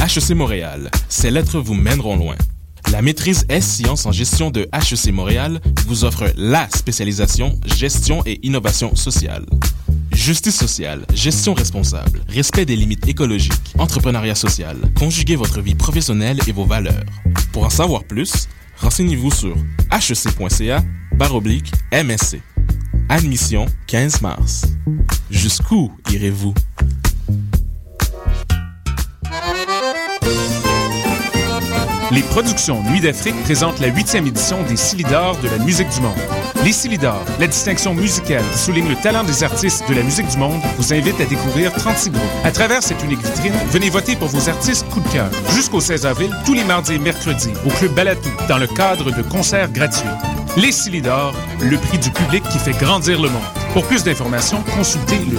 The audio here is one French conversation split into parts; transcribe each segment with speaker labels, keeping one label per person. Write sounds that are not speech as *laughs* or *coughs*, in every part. Speaker 1: HEC E Montréal, ces lettres vous mèneront loin. La maîtrise S-Sciences en gestion de HEC Montréal vous offre la spécialisation gestion et innovation sociale. Justice sociale, gestion responsable, respect des limites écologiques, entrepreneuriat social. Conjuguez votre vie professionnelle et vos valeurs. Pour en savoir plus, renseignez-vous sur E hec.ca baroblique MSC. Admission 15 mars. Jusqu'où irez-vous?
Speaker 2: Les productions Nuit d'Afrique présentent la huitième édition des Silidors de la musique du monde. Les Silidors, la distinction musicale qui souligne le talent des artistes de la musique du monde, vous invite à découvrir 36 groupes. À travers cette unique vitrine, venez voter pour vos artistes coup de cœur. Jusqu'au 16 avril, tous les mardis et mercredis, au Club Balatou, dans le cadre de concerts gratuits. Les Silidors, le prix du public qui fait grandir le monde. Pour plus d'informations, consultez le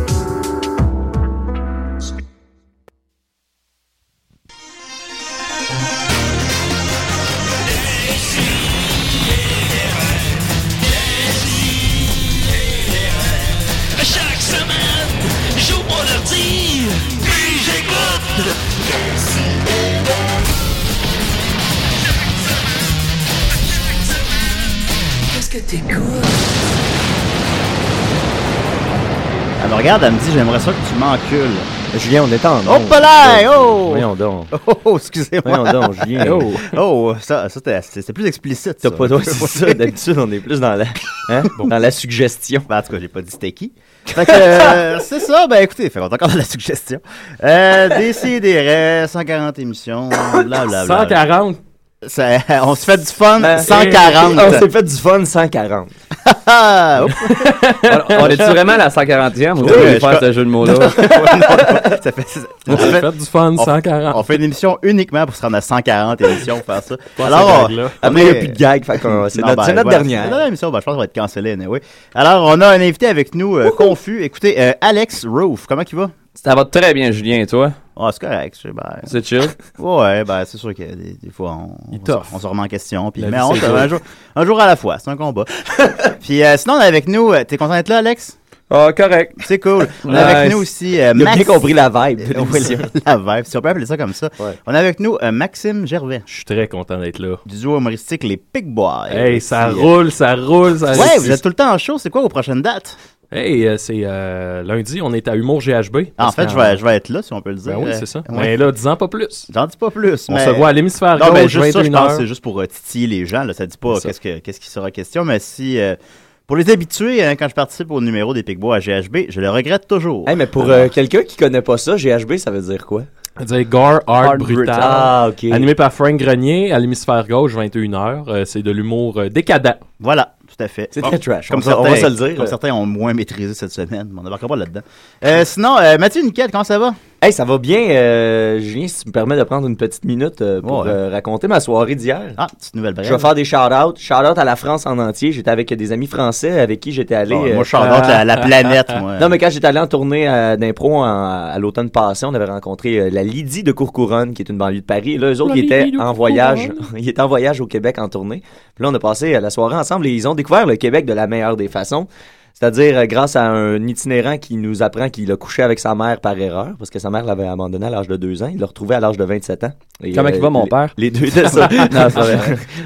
Speaker 3: Chaque semaine, j'ouvre mon ordi, puis j'écoute. Qu'est-ce que t'écoutes?
Speaker 4: Elle me regarde, elle me dit J'aimerais ça que tu m'encules.
Speaker 5: Julien, on est en.
Speaker 4: Hop là Oh
Speaker 5: Voyons donc.
Speaker 4: Oh, *laughs* oh, excusez-moi.
Speaker 5: Voyons donc, Julien.
Speaker 4: *laughs* Oh, oh, ça, ça c'était- c'était plus explicite.
Speaker 5: T'as
Speaker 4: ça.
Speaker 5: pas droit, c'est
Speaker 4: *laughs*
Speaker 5: ça. D'habitude, on est plus dans la, hein, dans la suggestion.
Speaker 4: Ben, en tout cas, j'ai pas dit c'était
Speaker 5: *laughs*
Speaker 4: qui. Fait que, euh, c'est ça. Ben, écoutez, fait qu'on est encore dans la suggestion. Euh, Décidérez, 140 émissions,
Speaker 6: Ah,
Speaker 4: blablabla.
Speaker 6: ben, 140.
Speaker 4: Ça- on se fait du fun,
Speaker 5: Ben,
Speaker 4: 140.
Speaker 5: On s'est fait du fun
Speaker 4: *laughs*
Speaker 5: 140.
Speaker 4: Ah, oups,
Speaker 6: Alors, ben. on est-tu vraiment à la 140e ou
Speaker 4: Oui, je
Speaker 6: *laughs* on va faire
Speaker 4: crois-
Speaker 6: ce jeu de mots-là?
Speaker 4: *laughs* ça fait, ça
Speaker 6: On
Speaker 4: fait-
Speaker 6: fait du fun,
Speaker 4: on- *laughs*
Speaker 6: 140.
Speaker 4: on fait une émission uniquement pour se rendre à 140 émissions pour faire ça.
Speaker 6: cette
Speaker 4: Alors, on-
Speaker 6: blague-là.
Speaker 5: Après, il n'y
Speaker 4: est-
Speaker 5: a plus de gag. fait qu'on- C'est
Speaker 4: Non,
Speaker 5: notre,
Speaker 4: ben,
Speaker 5: c'est
Speaker 4: voilà,
Speaker 5: notre dernière.
Speaker 4: c'est notre émission, ben, je pense qu'on va être cancellé, oui. Alors, on a un invité avec nous, euh, confus. Écoutez, euh, Alex Roof, comment il va?
Speaker 6: Ça va très bien, Julien, et toi?
Speaker 4: Ah, c'est correct. je- Ben,
Speaker 6: C'est chill?
Speaker 4: ouais, ben, c'est sûr que des, des fois, on,
Speaker 6: Il
Speaker 4: on, se-
Speaker 6: toffe.
Speaker 4: on se remet en question. Puis,
Speaker 6: La
Speaker 4: mais
Speaker 6: vie,
Speaker 4: on,
Speaker 6: c'est
Speaker 4: se- un, jour, un jour à la fois, c'est un
Speaker 5: *laughs*
Speaker 4: combat. puis, euh, sinon, on est avec nous. euh, T'es content d'être là, Alex?
Speaker 6: Ah, correct.
Speaker 4: C'est cool. On est avec
Speaker 6: Nice.
Speaker 4: nous aussi. euh,
Speaker 5: Il a bien
Speaker 4: Max-
Speaker 5: compris la
Speaker 4: *laughs*
Speaker 5: vibe de
Speaker 4: Euh, oui,
Speaker 5: l'émission.
Speaker 4: la vibe, si on peut appeler ça comme ça.
Speaker 5: Ouais.
Speaker 4: On est avec nous euh, Maxime Gervais,
Speaker 7: Je suis très content d'être là.
Speaker 4: du duo humoristique Les Pig Boys.
Speaker 7: Hey, ça
Speaker 4: Puis, euh,
Speaker 7: roule, ça roule, ça
Speaker 4: Ouais, vous êtes tout le temps en show. C'est quoi vos prochaines dates?
Speaker 7: Hey, euh, c'est euh, lundi, on est à Humour GHB.
Speaker 4: en fait, je vais, je vais être là, si on peut le dire.
Speaker 7: Ben oui,
Speaker 4: Euh,
Speaker 7: c'est ça.
Speaker 4: ouais.
Speaker 7: Mais là, 10 ans, pas plus.
Speaker 4: J'en dis pas plus.
Speaker 7: On
Speaker 4: mais-
Speaker 7: se voit à l'hémisphère
Speaker 4: Non, mais
Speaker 7: gauche,
Speaker 4: juste ça, je pense,
Speaker 7: 21h.
Speaker 4: c'est juste pour euh, titiller les gens. Là. Ça dit pas
Speaker 7: C'est ça.
Speaker 4: qu'est-ce, que, qu'est-ce qui sera question, mais si. euh, pour les habitués, hein, quand je participe au numéro des Pigbois à GHB, je le regrette toujours.
Speaker 5: Hey, mais pour euh, quelqu'un qui connaît pas ça, GHB, ça veut dire quoi?
Speaker 7: On dit Gore Art, Brutal.
Speaker 5: Ah, ok.
Speaker 7: Animé par Frank Grenier, à l'hémisphère gauche, 21h. Euh, c'est de l'humour euh, décadent.
Speaker 4: Voilà, tout à fait.
Speaker 5: C'est très trash.
Speaker 4: Comme
Speaker 5: on, va- on va se
Speaker 4: certains-
Speaker 5: le dire.
Speaker 4: Comme certains ont moins maîtrisé cette semaine, mais on n'embarquera pas là-dedans. Euh, sinon, euh, Mathieu Niquette, comment ça va?
Speaker 5: Hey, ça va bien, euh, Julien, si tu me permets de prendre une petite minute euh, pour
Speaker 4: Ouais.
Speaker 5: euh, raconter ma soirée d'hier.
Speaker 4: Ah, petite nouvelle brève.
Speaker 5: Je vais faire des shout-outs. Shout-out à la France en entier. J'étais avec des amis français avec qui j'étais allé.
Speaker 4: Bon,
Speaker 5: euh,
Speaker 4: Ah, moi, je suis en dehors
Speaker 7: *laughs*
Speaker 4: de la, la planète, moi.
Speaker 5: Non, mais quand j'étais allé en tournée à- d'impro en- à l'automne passé, on avait rencontré euh, la Lydie de Courcouronne, qui est une banlieue de Paris. Et là, eux autres, ils étaient en voyage. *laughs* Ils étaient en voyage au Québec en tournée. Puis là, on a passé euh, la soirée ensemble et ils ont découvert le Québec de la meilleure des façons. C'est-à-dire euh, grâce à un itinérant qui nous apprend qu'il a couché avec sa mère par erreur, parce que sa mère l'avait abandonné à l'âge de 2 ans. Il l'a retrouvé à l'âge de 27 ans. Et,
Speaker 6: Comment
Speaker 5: euh,
Speaker 6: il va, mon
Speaker 5: les-
Speaker 6: père?
Speaker 5: Les deux
Speaker 6: *laughs*
Speaker 5: étaient ça. Non, c'est vrai.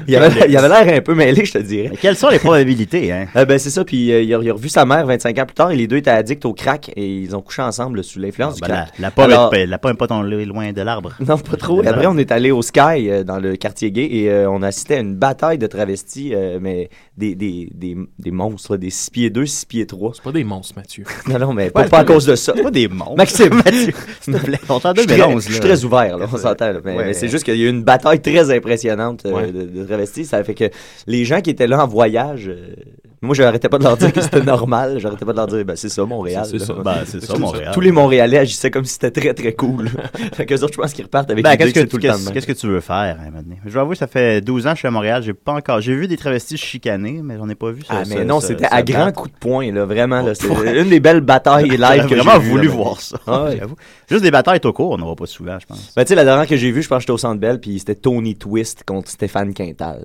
Speaker 5: il avait il avait l'air un peu mêlé, je te dirais.
Speaker 4: Mais Quelles sont les probabilités, hein?
Speaker 5: Euh, ben c'est ça, puis euh, il, a, il a revu sa mère 25 ans plus tard et les deux étaient addicts au crack et ils ont couché ensemble sous l'influence
Speaker 4: Ben,
Speaker 5: du
Speaker 4: la,
Speaker 5: crack.
Speaker 4: la pomme
Speaker 5: Alors-
Speaker 4: est pas- la pomme est pas ton- loin de l'arbre.
Speaker 5: Non, pas trop. Et
Speaker 4: Ben,
Speaker 5: après, on est allé au Sky euh, dans le quartier gay et euh, on assistait à une bataille de travestis, euh, mais des, des, des, des monstres, là, des 6 pieds 2, 6 pieds 3.
Speaker 7: C'est pas des monstres, Mathieu.
Speaker 5: *laughs* Non, non, mais pas, pas à cause de ça.
Speaker 4: Pas des monstres.
Speaker 5: Maxime,
Speaker 4: Mathieu, s'il te plaît. On est en
Speaker 5: je suis très-
Speaker 4: 2011,
Speaker 5: je suis
Speaker 4: là.
Speaker 5: très ouvert, là, on s'entend. là,
Speaker 4: *laughs*
Speaker 5: Mais,
Speaker 4: Ouais.
Speaker 5: mais c'est juste qu'il y a eu une bataille très impressionnante euh,
Speaker 7: Ouais.
Speaker 5: de, de travestis. Ça fait que les gens qui étaient là en voyage, euh, Moi, j'arrêtais pas de leur dire que c'était *laughs* normal. J'arrêtais pas de leur dire, ben, c'est ça, Montréal.
Speaker 7: C'est- c'est
Speaker 5: là.
Speaker 7: ça.
Speaker 4: Ben, c'est ça, Montréal.
Speaker 5: Tous les Montréalais agissaient comme si c'était très, très cool. *laughs* fait qu'eux autres, je pense qu'ils repartent avec
Speaker 4: Ben,
Speaker 5: l'idée
Speaker 4: qu'est-ce
Speaker 5: que
Speaker 4: que,
Speaker 5: c'est tout le temps de
Speaker 4: qu'est-ce-
Speaker 5: même.
Speaker 4: qu'est-ce que tu veux faire, hein, maintenant? Je dois avouer, ça fait 12 ans que je suis à Montréal, j'ai pas encore. J'ai vu des travestis chicaner, mais j'en ai pas vu. ça-
Speaker 5: Ah,
Speaker 4: ça-
Speaker 5: mais non,
Speaker 4: ça-
Speaker 5: c'était
Speaker 4: ça
Speaker 5: à grand
Speaker 4: battre.
Speaker 5: coup de poing, là, vraiment. Là, c'était une des
Speaker 4: *laughs*
Speaker 5: belles batailles
Speaker 4: J'aurais
Speaker 5: live que j'ai
Speaker 4: vraiment
Speaker 5: vues,
Speaker 4: voulu
Speaker 5: là.
Speaker 4: voir ça.
Speaker 5: Ah ouais.
Speaker 4: j'avoue. Juste des batailles au cours, on n'aura pas souvent, je pense.
Speaker 5: Ben, tu sais, la dernière que j'ai vue, je pense que j'étais au Centre Bell, puis c'était Tony Twist contre Stéphane Quintal.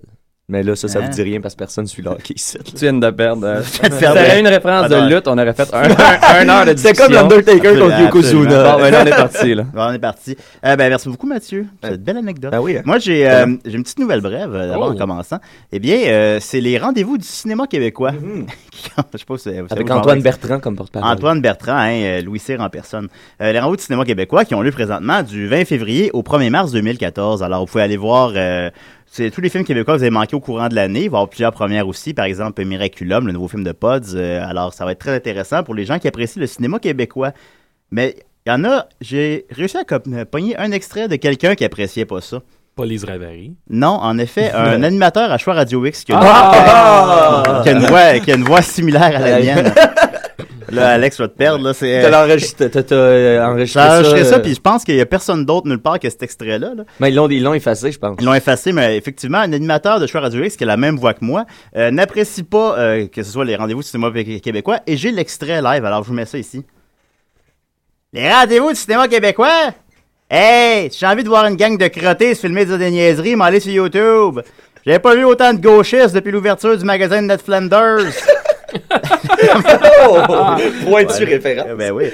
Speaker 5: Mais là, ça, ça
Speaker 4: Hein?
Speaker 5: vous dit rien parce que personne suit là qui ici. là.
Speaker 6: Tu viens de perdre. *laughs* euh, Si
Speaker 4: Faites faire
Speaker 6: t'avais
Speaker 4: des-
Speaker 6: une référence
Speaker 4: Attends.
Speaker 6: de lutte, on aurait *laughs* fait un, un, un heure de
Speaker 5: C'était
Speaker 6: discussion.
Speaker 5: comme l'Undertaker contre
Speaker 4: Absolument,
Speaker 5: Yokozuna.
Speaker 6: Bon, ben là, on est parti, là.
Speaker 4: Bon, on est parti. Euh, ben, merci beaucoup, Mathieu, pour cette belle anecdote.
Speaker 5: Ben oui, hein.
Speaker 4: Moi, j'ai euh, j'ai une petite nouvelle brève euh, d'abord en
Speaker 7: Oh.
Speaker 4: commençant. Eh bien, euh, c'est les rendez-vous du cinéma québécois. *laughs* Je sais pas si vous savez
Speaker 5: Mm-hmm. Avec
Speaker 4: où je m'en
Speaker 5: Antoine
Speaker 4: vais.
Speaker 5: Bertrand comme porte-parole.
Speaker 4: Antoine Bertrand, hein, euh, Louis Cyr en personne. Euh, les rendez-vous du cinéma québécois qui ont lieu présentement du 20 février au 1er mars 2014. Alors, vous pouvez aller voir euh, c'est tous les films québécois que vous avez manqués au courant de l'année. Il va y avoir plusieurs premières aussi. Par exemple, Miraculum, le nouveau film de Pods. Euh, alors, ça va être très intéressant pour les gens qui apprécient le cinéma québécois. Mais il y en a, j'ai réussi à co- euh, pogner un extrait de quelqu'un qui appréciait pas ça.
Speaker 7: Police Ravary.
Speaker 4: Non, en effet, un animateur à choix Radio X qui a
Speaker 5: Ah!
Speaker 4: qui a une voix, qui a une voix similaire à la
Speaker 5: Ouais.
Speaker 4: mienne. Là, Alex va te perdre. Là, c'est,
Speaker 5: T'as l'enregistré, t'as- t'as euh, enregistré
Speaker 4: J'ai enregistré
Speaker 5: ça.
Speaker 4: ça,
Speaker 5: euh,
Speaker 4: puis je pense qu'il n'y a personne d'autre nulle part que cet extrait-là. là.
Speaker 5: Mais ils l'ont, ils l'ont effacé, je pense.
Speaker 4: *laughs* Ils l'ont effacé, mais effectivement, un animateur de Choix Radio X qui a la même voix que moi euh, n'apprécie pas euh, que ce soit les rendez-vous du cinéma qué- québécois. Et j'ai l'extrait live, alors je vous mets ça ici. Les rendez-vous du cinéma québécois? Hey, si j'ai envie de voir une gang de crottés se filmer des niaiseries, m'en aller sur YouTube. J'ai pas vu autant de gauchistes depuis l'ouverture du magazine Ned Flanders. *laughs*
Speaker 5: Pointu référent.
Speaker 4: Eh Ben oui.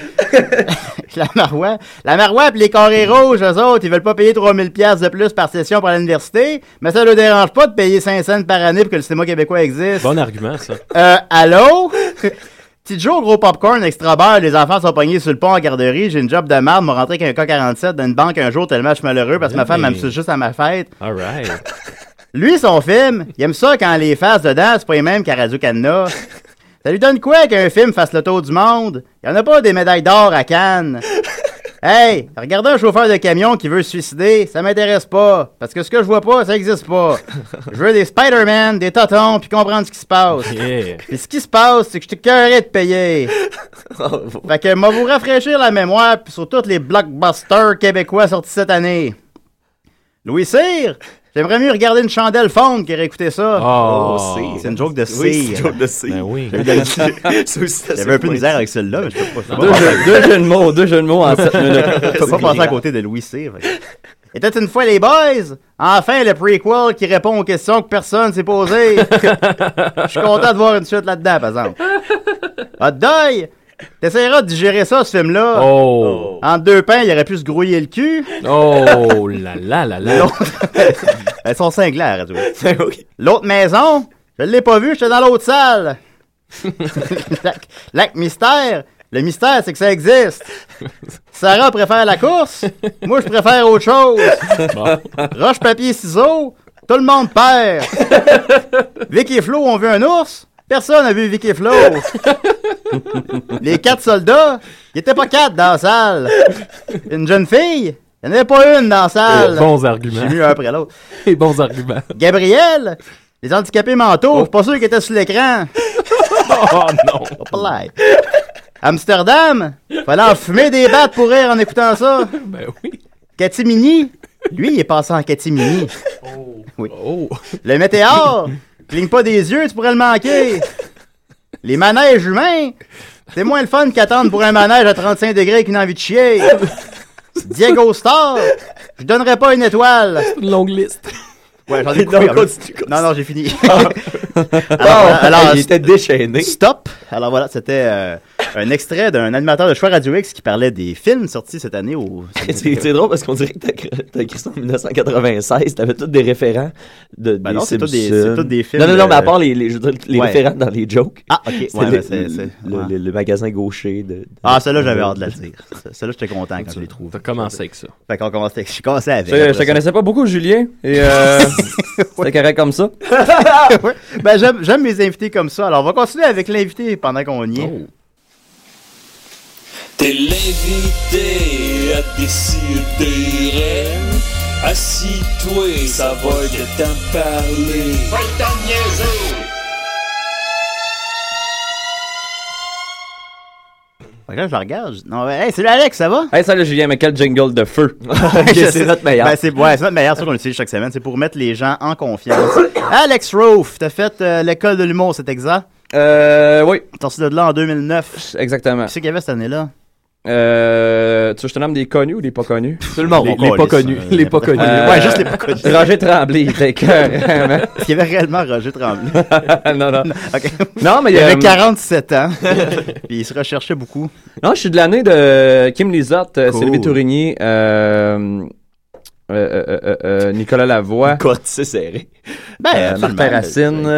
Speaker 4: la Marois. La Marois pis les carrés rouges, eux autres, ils veulent pas payer 3000 pièces de plus par session pour l'université, mais ça leur dérange pas de payer 5 cents par année pour que le cinéma québécois existe.
Speaker 7: Bon argument, ça.
Speaker 4: Euh, allô? *laughs* Petit Joe, gros popcorn, extra beurre, les enfants sont pognés sur le pont en garderie, j'ai une job de marde, m'a rentré avec un K47 dans une banque un jour tellement je suis malheureux parce que ma femme, elle me suce juste à ma fête.
Speaker 7: All right.
Speaker 4: Lui, son film, il aime ça quand les faces dedans, c'est pas les mêmes qu'à Radio-Canada.
Speaker 7: *laughs*
Speaker 4: Ça lui donne quoi qu'un film fasse le tour du monde? Il en a pas des médailles d'or à Cannes. Hey, regardez un chauffeur de camion qui veut se suicider, ça m'intéresse pas, parce que ce que je vois pas, ça existe pas. Je veux des Spider-Man, des totons, puis comprendre ce qui se passe.
Speaker 7: Yeah.
Speaker 4: Puis ce qui se passe, c'est que je t'ai cœuré de payer. Fait que m'a vous rafraîchir la mémoire puis sur tous les blockbusters québécois sortis cette année. Louis Cyr, j'aimerais mieux regarder une chandelle fondre que réécouter ça.
Speaker 7: Oh,
Speaker 4: C'est une joke de Cyr.
Speaker 5: Oui, c'est une joke de C.
Speaker 7: Ben oui.
Speaker 5: *laughs* Ça aussi, c'est assez
Speaker 4: J'avais un peu de
Speaker 5: pointu.
Speaker 4: misère avec celle-là, mais je peux pas, je peux
Speaker 6: Deux
Speaker 4: pas,
Speaker 6: jeux, deux jeux de mots, deux jeux de mots en sept *laughs* minutes.
Speaker 4: je peux pas passer à côté de Louis Cyr. fait que- Était une fois les boys? Enfin, le prequel qui répond aux questions que personne s'est posées. Je suis content de voir une suite là-dedans, par exemple. Hot dog! T'essaieras de digérer ça, ce film-là.
Speaker 7: Oh.
Speaker 4: En deux pains, il aurait pu se grouiller le cul.
Speaker 7: Oh là là là là.
Speaker 4: *laughs* Elles sont cinglées à la radio.
Speaker 5: Ben oui.
Speaker 4: L'autre maison, je l'ai pas vu, j'étais dans l'autre salle. Lac- Lac mystère. Le mystère, c'est que ça existe. Sarah préfère la course. Moi, je préfère autre chose.
Speaker 7: Bon.
Speaker 4: *laughs* Roche, papier, ciseaux. Tout le monde perd. Vic et Flo ont vu un ours. Personne n'a vu Vic et Flo. Les quatre soldats, il était pas quatre dans la salle. Une jeune fille, il n'y en avait pas une dans la salle.
Speaker 7: Bons
Speaker 4: J'ai
Speaker 7: arguments.
Speaker 4: mis un après l'autre.
Speaker 7: *laughs* Et bons arguments.
Speaker 4: Gabriel, les handicapés mentaux, je suis pas sûr qu'ils étaient sur l'écran.
Speaker 7: Oh non.
Speaker 4: Hop là. Amsterdam, fallait en fumer des battes pour rire en écoutant ça.
Speaker 7: Ben oui.
Speaker 4: Catimini, lui, il est passé en Catimini.
Speaker 7: Oh.
Speaker 4: Le météore, cligne pas des yeux, tu pourrais le manquer. Les manèges humains, c'est moins le fun qu'attendre pour un manège à 35 degrés qu'une envie de chier. Diego Star, je donnerais pas une étoile.
Speaker 7: Une longue liste.
Speaker 4: Ouais, j'en ai coupé, en fait. Non, non, j'ai fini.
Speaker 5: Ah,
Speaker 4: alors, alors,
Speaker 5: il était déchaîné.
Speaker 4: Stop! Alors voilà, c'était euh, un extrait d'un animateur de choix Radio X qui parlait des films sortis cette année
Speaker 5: *laughs*
Speaker 4: au.
Speaker 5: C'est c'est drôle parce qu'on dirait que t'as cr- t'as écrit ça en 1996, t'avais tous des référents de
Speaker 4: Ben
Speaker 5: des
Speaker 4: non, c'est tous des-
Speaker 5: Simpsons.
Speaker 4: c'est tous des films,
Speaker 5: Non, non, non, mais à
Speaker 4: euh,
Speaker 5: part les, les, je veux dire, les
Speaker 4: ouais.
Speaker 5: référents dans les jokes.
Speaker 4: Ah, ok.
Speaker 5: C'est
Speaker 4: Ouais,
Speaker 5: le,
Speaker 4: ben, c'est- c'est-
Speaker 5: le-
Speaker 4: ouais.
Speaker 5: le- le magasin gaucher de. de-
Speaker 4: Ah, celle-là, j'avais hâte de la dire. Ce- Celle-là, j'étais content quand je l'ai trouvé.
Speaker 7: T'as commencé avec ça.
Speaker 4: Fait qu'on commençait. Je commençais avec.
Speaker 6: Je, je
Speaker 4: après
Speaker 6: te
Speaker 4: ça.
Speaker 6: connaissais pas beaucoup, Julien, et *laughs* euh, c'était correct comme ça.
Speaker 4: Ben, j'aime- j'aime mes invités comme ça. Alors, on va continuer avec l'invité pendant qu'on y est.
Speaker 7: Oh.
Speaker 3: T'es l'invité à décider. Assis-toi, ça va de t'en parler. Va t'en niaiser!
Speaker 4: Fait que là, je la regarde. je dis, Non, hey, salut Alex, ça va?
Speaker 5: *laughs*
Speaker 6: Hey, salut Julien, mais quel jingle de feu!
Speaker 4: Ouais, je
Speaker 5: c'est
Speaker 4: sais.
Speaker 5: notre meilleur.
Speaker 4: Ben, c'est ouais, c'est notre meilleur, c'est ça qu'on utilise chaque semaine. C'est pour mettre les gens en confiance. *coughs* Alex Roof, t'as fait euh, l'école de l'humour, c'est exact?
Speaker 6: *laughs* euh, oui,
Speaker 4: T'es sorti de là en 2009.
Speaker 6: exactement.
Speaker 4: Qu'est-ce qu'il y avait cette année-là?
Speaker 6: Euh, tu veux que je te nomme des connus ou des pas connus?
Speaker 5: Tout le monde.
Speaker 4: Les
Speaker 5: Les pas
Speaker 4: colis,
Speaker 5: connus.
Speaker 4: ça.
Speaker 5: Les pas connus.
Speaker 6: Euh,
Speaker 4: Ouais, juste les *laughs* pas connus.
Speaker 6: Roger Tremblay, il était écœurant.
Speaker 4: *laughs* Est-ce qu'il y avait réellement Roger Tremblay?
Speaker 6: non, non.
Speaker 4: Ok.
Speaker 6: Non, mais
Speaker 4: Il avait
Speaker 6: euh,
Speaker 4: 47 ans, *laughs* puis il se recherchait beaucoup.
Speaker 6: Non, je suis de l'année de Kim Lizotte, euh,
Speaker 4: Cool.
Speaker 6: Sylvie Tourigny, euh, euh, euh, euh, euh, Nicolas Lavoie,
Speaker 5: Côte, c'est serré.
Speaker 4: Ben,
Speaker 6: euh,
Speaker 4: absolument.
Speaker 6: Martin Racine,
Speaker 4: Écoute,
Speaker 6: euh,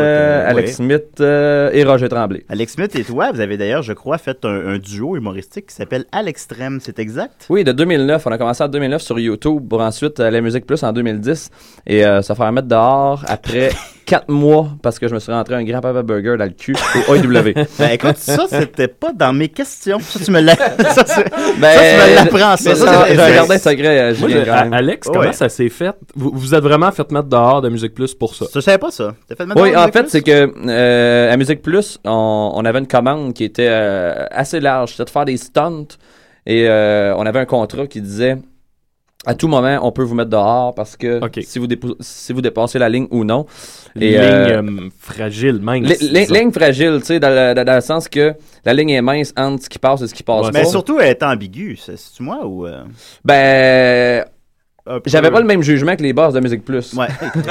Speaker 4: euh,
Speaker 6: Alex
Speaker 4: ouais.
Speaker 6: Smith euh, et Roger Tremblay.
Speaker 4: Alex Smith et toi, vous avez d'ailleurs, je crois, fait un, un duo humoristique qui s'appelle À l'extrême, c'est exact?
Speaker 6: Oui, de 2009. On a commencé en 2009 sur YouTube pour ensuite euh, la musique plus en 2010 et euh, se faire mettre dehors
Speaker 4: *laughs*
Speaker 6: après quatre mois parce que je me suis rentré un grand papa burger dans le cul au AW.
Speaker 4: Ben écoute, *laughs* ça, c'était pas dans mes questions. Ça, tu me l'as. *laughs* ça, c'est-
Speaker 6: Ben,
Speaker 4: Ça, tu me l'apprends, ça.
Speaker 6: mais
Speaker 4: Euh, Ça,
Speaker 6: ça,
Speaker 4: c'est-
Speaker 6: J'ai
Speaker 4: c'est-
Speaker 6: regardé un secret, euh,
Speaker 7: Moi,
Speaker 6: Julien,
Speaker 7: je-
Speaker 6: quand même.
Speaker 7: Alex,
Speaker 4: Ouais.
Speaker 7: comment ça s'est fait? Vous, vous êtes vraiment fait mettre dehors de Musique Plus pour ça.
Speaker 4: Je savais pas ça. T'as fait le
Speaker 6: Oui,
Speaker 4: maintenant,
Speaker 6: en
Speaker 4: Nick
Speaker 6: fait,
Speaker 4: Plus?
Speaker 6: c'est que euh, à Musique Plus, on, on avait une commande qui était euh, assez large. C'était de faire des stunts. Et euh, on avait un contrat qui disait à tout moment, on peut vous mettre dehors parce que
Speaker 7: Ok.
Speaker 6: si, vous dépo- si vous dépassez la ligne ou non.
Speaker 7: Une
Speaker 6: Et,
Speaker 7: ligne
Speaker 6: euh,
Speaker 7: euh, fragile, mince.
Speaker 6: li- li-
Speaker 7: disons.
Speaker 6: ligne fragile, tu sais, dans, le- dans- dans le sens que la ligne est mince entre ce qui passe et ce qui passe
Speaker 7: Ouais,
Speaker 6: pas.
Speaker 4: Mais Ben, surtout, elle est ambiguë. C'est c'est-tu moi ou. euh,
Speaker 6: Ben,
Speaker 4: un peu-
Speaker 6: j'avais pas le même jugement que les bars de Musique Plus.
Speaker 4: Ouais.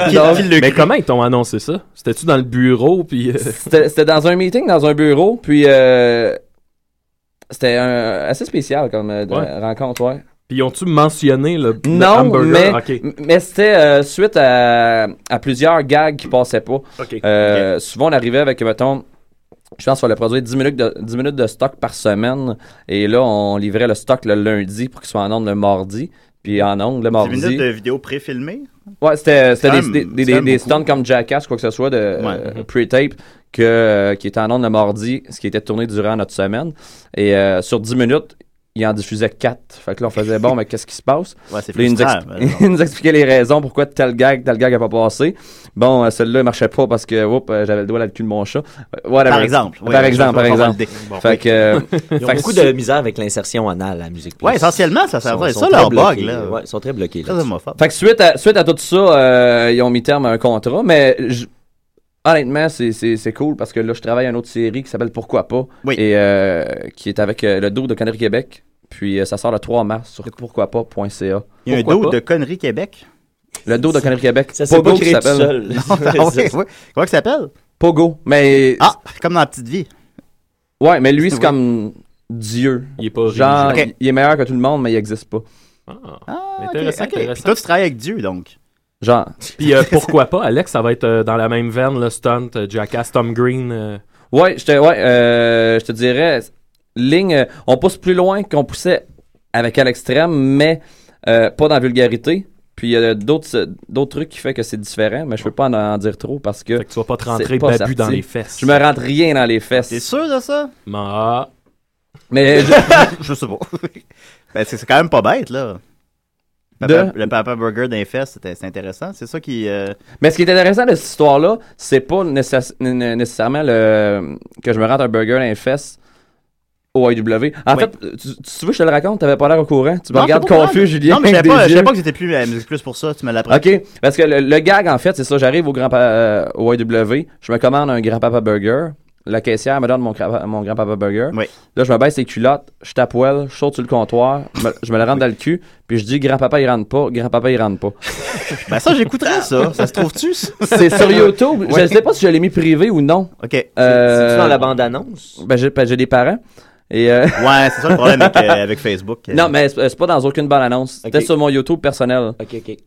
Speaker 4: qui,
Speaker 6: Donc,
Speaker 4: qui le
Speaker 7: Mais
Speaker 4: crie?
Speaker 7: comment ils t'ont annoncé ça? C'était-tu dans le bureau? Puis, euh,
Speaker 6: C'était c'était dans un meeting, dans un bureau, puis euh, c'était un- assez spécial comme euh, de-
Speaker 7: Ouais.
Speaker 6: rencontre, ouais.
Speaker 7: puis ont-tu mentionné le, le
Speaker 6: Non, mais,
Speaker 7: hamburger? Ok.
Speaker 6: m- mais c'était euh, suite à, à plusieurs gags qui passaient pas.
Speaker 7: Ok.
Speaker 6: Euh, Souvent, on arrivait avec, mettons, je pense qu'on fallait produire 10 minutes, de, 10 minutes de stock par semaine. Et là, on livrait le stock le lundi pour qu'il soit en ondes le mardi. Puis en ondes le
Speaker 4: 10 minutes
Speaker 6: mardi.
Speaker 4: de vidéo préfilmée?
Speaker 6: Ouais, c'était euh, c'était
Speaker 4: quand
Speaker 6: des,
Speaker 4: même-
Speaker 6: des,
Speaker 4: c'est quand
Speaker 6: des,
Speaker 4: même
Speaker 6: des
Speaker 4: beaucoup.
Speaker 6: stunts comme Jackass, quoi que ce soit, de euh, pre-tape, que, euh, qui était en ondes le mardi, ce qui était tourné durant notre semaine. Et euh, sur 10 minutes, il en diffusait 4. Fait que là, on faisait, bon, mais qu'est-ce qui se
Speaker 4: *laughs*
Speaker 6: passe?
Speaker 4: Ouais, c'est
Speaker 6: Puis il, nous
Speaker 4: frustrant.
Speaker 6: expli-
Speaker 4: mais non.
Speaker 6: *laughs* il nous expliquait les raisons pourquoi tel gag, tel gag n'a pas passé. Bon, euh, celui-là ne marchait pas parce que oups, euh, j'avais le doigt dans le cul de mon chat. Euh, whatever.
Speaker 4: Par exemple. oui,
Speaker 6: par
Speaker 4: je-
Speaker 6: exemple,
Speaker 4: je-
Speaker 6: par
Speaker 4: je- je- je-
Speaker 6: exemple.
Speaker 4: je- Bon.
Speaker 6: Fait que, euh,
Speaker 7: *laughs*
Speaker 5: Ils ont
Speaker 6: Fait que
Speaker 5: beaucoup
Speaker 6: si-
Speaker 5: de misère avec l'insertion anale à Musique Plus.
Speaker 4: Ouais, essentiellement, ça, ça,
Speaker 5: Ils sont-
Speaker 4: c'est
Speaker 5: sont
Speaker 4: ça
Speaker 5: très
Speaker 4: leur bug,
Speaker 5: bloqués,
Speaker 4: là.
Speaker 5: Ouais, ils sont très bloqués.
Speaker 4: Très
Speaker 5: là.
Speaker 4: homophobe.
Speaker 6: fait que suite, à, suite à tout ça, euh, ils ont mis terme à un contrat, mais je- honnêtement, c'est- c'est c'est cool parce que là, je travaille à une autre série qui s'appelle Pourquoi pas
Speaker 4: Oui.
Speaker 6: et euh, qui est avec euh, le dos de Connery Québec. Puis euh, ça sort le 3 mars sur pourquoi pas.ca.
Speaker 4: Il y a un
Speaker 6: Pourquoi
Speaker 4: dos
Speaker 6: pas?
Speaker 4: de conneries Québec.
Speaker 6: Le dos de Connery Québec.
Speaker 5: Ça s'est pas
Speaker 6: Pogo qui
Speaker 5: créé tout
Speaker 6: s'appelle.
Speaker 5: seul.
Speaker 4: *laughs*
Speaker 5: *laughs*
Speaker 4: Ah, oui, oui. Comment il s'appelle?
Speaker 6: Pogo. Mais
Speaker 4: Ah, comme dans la petite vie.
Speaker 6: Ouais, mais lui, c'est
Speaker 4: Oui.
Speaker 6: comme Dieu.
Speaker 7: Il est pas
Speaker 6: Genre,
Speaker 4: Ok.
Speaker 6: il est meilleur que tout le monde, mais il existe pas.
Speaker 7: Ah.
Speaker 4: Ah, ok,
Speaker 7: Intéressant,
Speaker 4: ok.
Speaker 7: intéressant.
Speaker 4: Puis toi, tu travailles avec Dieu, donc.
Speaker 6: Genre,
Speaker 7: Puis euh, pourquoi pas, Alex, ça va être euh, dans la même veine, le stunt, euh, Jackass, Tom Green. euh,
Speaker 6: ouais, je te, ouais, euh, je te dirais, ligne, euh, on pousse plus loin qu'on poussait avec à l'extrême, mais euh, pas dans la vulgarité. Puis il y a d'autres euh, d'autres trucs qui fait que c'est différent, mais je peux pas en, en dire trop parce que
Speaker 7: Fait que tu vas pas te rentrer
Speaker 6: C'est pas
Speaker 7: babu
Speaker 6: sorti.
Speaker 7: dans les fesses.
Speaker 6: je me rentre rien dans les
Speaker 4: T'es
Speaker 6: fesses.
Speaker 4: sûr de ça?
Speaker 7: Ma-
Speaker 6: Mais euh, je-
Speaker 4: Je sais pas. *laughs* ben, c'est c'est quand même pas bête, là. Papa-
Speaker 6: De-
Speaker 4: Le Papa Burger d'un fest, c'était- c'est intéressant. C'est ça qui. euh,
Speaker 6: Mais ce qui est intéressant de cette histoire-là, c'est pas nécess- n- n- nécessairement le que je me rentre un burger dans les fesses au IW. En
Speaker 4: Oui.
Speaker 6: fait, tu, tu veux que je te le raconte? T'avais pas l'air au courant. Tu me
Speaker 4: non,
Speaker 6: regardes
Speaker 4: c'est pas
Speaker 6: confus,
Speaker 4: grave.
Speaker 6: Julien.
Speaker 4: Non, mais je savais
Speaker 6: avec
Speaker 4: pas,
Speaker 6: des
Speaker 4: je savais
Speaker 6: yeux.
Speaker 4: pas que c'était plus la musique plus pour ça. Tu me l'apprends.
Speaker 6: OK. Parce que le, le gag, en fait, c'est ça. J'arrive au, grand pa- euh, au IW, je me commande un grand-papa burger. La caissière me donne mon, cra- mon grand-papa burger.
Speaker 4: Oui.
Speaker 6: Là, je me baisse les culottes, je tape well, je saute sur le comptoir, me- je me le rentre dans le cul, puis je dis grand-papa, il rentre pas, grand-papa, il
Speaker 5: *laughs*
Speaker 6: rentre pas.
Speaker 4: Ben, ça, j'écouterais ça. Ça se trouve-tu, ça?
Speaker 6: C'est sur YouTube.
Speaker 4: Ouais.
Speaker 6: Je sais pas si je l'ai mis privé ou non.
Speaker 4: OK. Ouais,
Speaker 6: Euh,
Speaker 5: C'est-tu dans la bande-annonce?
Speaker 6: Ben, j'ai, ben, j'ai des parents. Et euh,
Speaker 4: c'est ça le problème avec, euh, avec Facebook. Euh,
Speaker 6: non, mais c'est, c'est pas dans aucune bonne annonce. C'était
Speaker 5: Ok.
Speaker 6: sur mon YouTube personnel.
Speaker 5: OK, OK.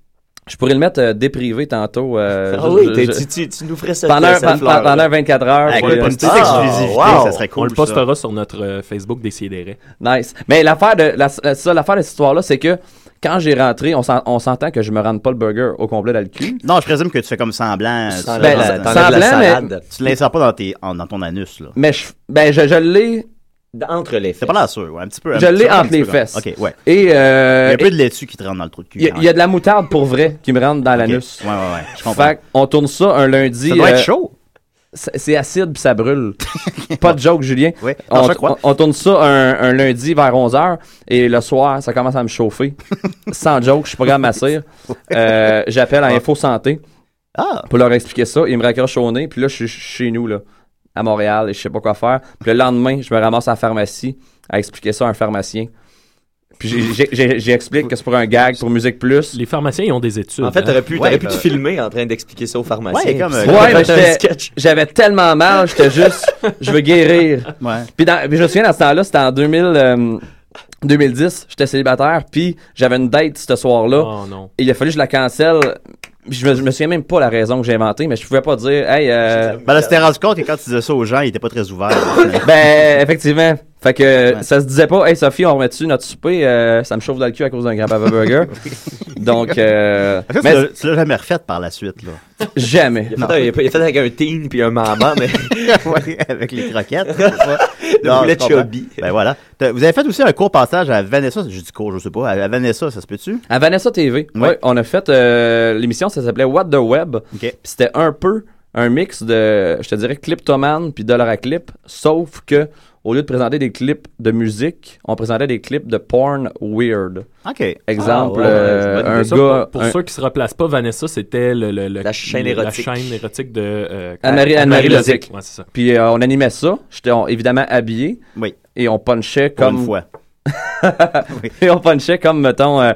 Speaker 6: Je pourrais le mettre euh, déprivé tantôt. euh,
Speaker 5: Ah
Speaker 6: je-
Speaker 5: oui,
Speaker 6: je-
Speaker 5: t'es-
Speaker 6: je-
Speaker 5: tu, tu, tu nous ferais cette,
Speaker 6: pendant,
Speaker 5: cette
Speaker 6: pen-
Speaker 5: fleur.
Speaker 6: pendant 24 heures.
Speaker 4: Avec
Speaker 6: puis,
Speaker 4: une
Speaker 6: euh,
Speaker 4: petite
Speaker 5: ah,
Speaker 4: exclusivité,
Speaker 5: wow.
Speaker 4: ça serait
Speaker 7: on
Speaker 4: cool.
Speaker 7: le
Speaker 4: ça.
Speaker 7: postera sur notre euh, Facebook des CDR.
Speaker 6: nice. Mais l'affaire de, la, la- ça, l'affaire de cette histoire-là, c'est que quand j'ai rentré, on, s'en- on s'entend que je me rende pas le burger au complet dans le cul.
Speaker 4: Non, je présume que tu fais comme semblant. Tu,
Speaker 5: T'enlèves
Speaker 6: Ben,
Speaker 5: la-
Speaker 6: sans
Speaker 5: t'enlèves
Speaker 6: blanc,
Speaker 5: la salade.
Speaker 4: tu l'insères pas dans, tes, en- dans ton anus, là.
Speaker 6: Mais je, ben, je, je l'ai
Speaker 5: Entre les
Speaker 4: T'es
Speaker 5: fesses.
Speaker 4: pas là sûr, ouais. Un petit peu. un
Speaker 6: Je
Speaker 4: petit
Speaker 6: l'ai
Speaker 4: peu, un
Speaker 6: entre
Speaker 4: petit
Speaker 6: les
Speaker 4: peu, là.
Speaker 6: fesses.
Speaker 4: OK, ouais.
Speaker 6: et
Speaker 4: Il y
Speaker 6: euh,
Speaker 4: a un peu de laitue qui te rentre dans le trou de cul. hein.
Speaker 6: il y a-
Speaker 4: quand
Speaker 6: il y a de la moutarde pour vrai qui me rentre dans
Speaker 4: même.
Speaker 6: l'anus.
Speaker 4: OK. Ouais, ouais, ouais. Je comprends.
Speaker 6: Fait qu'on tourne ça un lundi.
Speaker 4: ça doit
Speaker 6: euh,
Speaker 4: être chaud.
Speaker 6: c'est c'est acide puis ça brûle. *laughs* Pas de joke, Julien.
Speaker 4: Oui, non,
Speaker 6: On,
Speaker 4: je crois.
Speaker 6: on- on tourne ça un, un lundi vers 11h et le soir, ça commence à
Speaker 4: *laughs*
Speaker 6: me chauffer. Sans joke, je suis pas capable de m'assire. Euh, J'appelle à Info Santé
Speaker 4: Ah,
Speaker 6: pour leur expliquer ça. Ils me raccrochent au nez, puis là, je suis chez nous, là, à Montréal, et je sais pas quoi faire. Puis le lendemain, je me ramasse à la pharmacie à expliquer ça à un pharmacien. Puis j'ai- j'ai- j'ai- j'explique que c'est pour un gag, pour Musique Plus.
Speaker 7: Les pharmaciens, ils ont des études.
Speaker 5: En fait,
Speaker 7: hein.
Speaker 5: t'aurais
Speaker 4: Ouais,
Speaker 5: pu, t'aurais pu
Speaker 4: bah-
Speaker 5: te filmer en train d'expliquer ça aux
Speaker 6: ben,
Speaker 5: pharmaciens.
Speaker 4: Ouais, comme,
Speaker 5: Puis
Speaker 4: euh,
Speaker 5: ça,
Speaker 4: Ouais,
Speaker 5: t'aurais
Speaker 6: mais
Speaker 5: fait un
Speaker 6: j'étais-
Speaker 5: sketch.
Speaker 6: J'avais tellement mal, j'étais juste, je veux guérir.
Speaker 4: ouais.
Speaker 6: Puis dans- puis je me souviens, dans ce temps-là, c'était en 2000, euh, 2010, j'étais célibataire, puis j'avais une date ce soir-là.
Speaker 7: Oh non.
Speaker 6: Et il a fallu que je la cancelle. Je me, je me souviens même pas la raison que j'ai inventée, mais je pouvais pas dire, hey, euh,
Speaker 4: Ben là, c'était rendu compte que quand tu disais ça aux gens, ils étaient pas très ouverts.
Speaker 6: *laughs* ben, effectivement. Fait que euh,
Speaker 4: Ouais.
Speaker 6: ça se disait pas, hey Sophie, on remet-tu notre souper? Euh, ça me chauffe dans le cul à cause d'un grand
Speaker 4: *laughs*
Speaker 6: Papa burger. Donc, euh,
Speaker 4: Parce que
Speaker 6: mais
Speaker 4: tu l'as- tu l'as jamais refait par la suite,
Speaker 6: *laughs*
Speaker 4: là.
Speaker 6: jamais.
Speaker 5: Il a, fait, un- il a fait- il a fait avec un teen puis un maman, mais
Speaker 4: euh, *laughs* Ouais, avec les croquettes.
Speaker 5: le poulet
Speaker 4: je comprends.
Speaker 5: chubby.
Speaker 4: Ben voilà. T'as- Vous avez fait aussi un court passage à Vanessa. J'ai dit court, je sais pas. À à Vanessa, ça se peut-tu?
Speaker 6: À Vanessa TV,
Speaker 4: Ouais.
Speaker 6: ouais, on a fait euh, l'émission, ça s'appelait What the Web.
Speaker 4: OK.
Speaker 6: Puis c'était un peu un mix de, je te dirais, Cliptoman puis Dollar à Clip, sauf que au lieu de présenter des clips de musique, on présentait des clips de porn weird.
Speaker 4: OK.
Speaker 6: Exemple,
Speaker 5: Ah ouais,
Speaker 6: euh,
Speaker 5: c'est une bonne
Speaker 6: un
Speaker 5: idée.
Speaker 7: Ça,
Speaker 6: gars,
Speaker 7: pour, pour
Speaker 6: un-
Speaker 7: ceux qui se replacent pas, Vanessa, c'était le, le- le-
Speaker 5: La chaîne
Speaker 7: le-
Speaker 5: érotique.
Speaker 7: La chaîne érotique de euh,
Speaker 6: Anne-Marie- Anne-Marie Lozic.
Speaker 7: Ouais, c'est ça.
Speaker 6: puis euh, on animait ça. J'étais on- évidemment habillé
Speaker 4: Oui.
Speaker 6: et on punchait
Speaker 4: Pour
Speaker 6: comme
Speaker 4: une fois.
Speaker 6: et *laughs* on punchait comme mettons euh,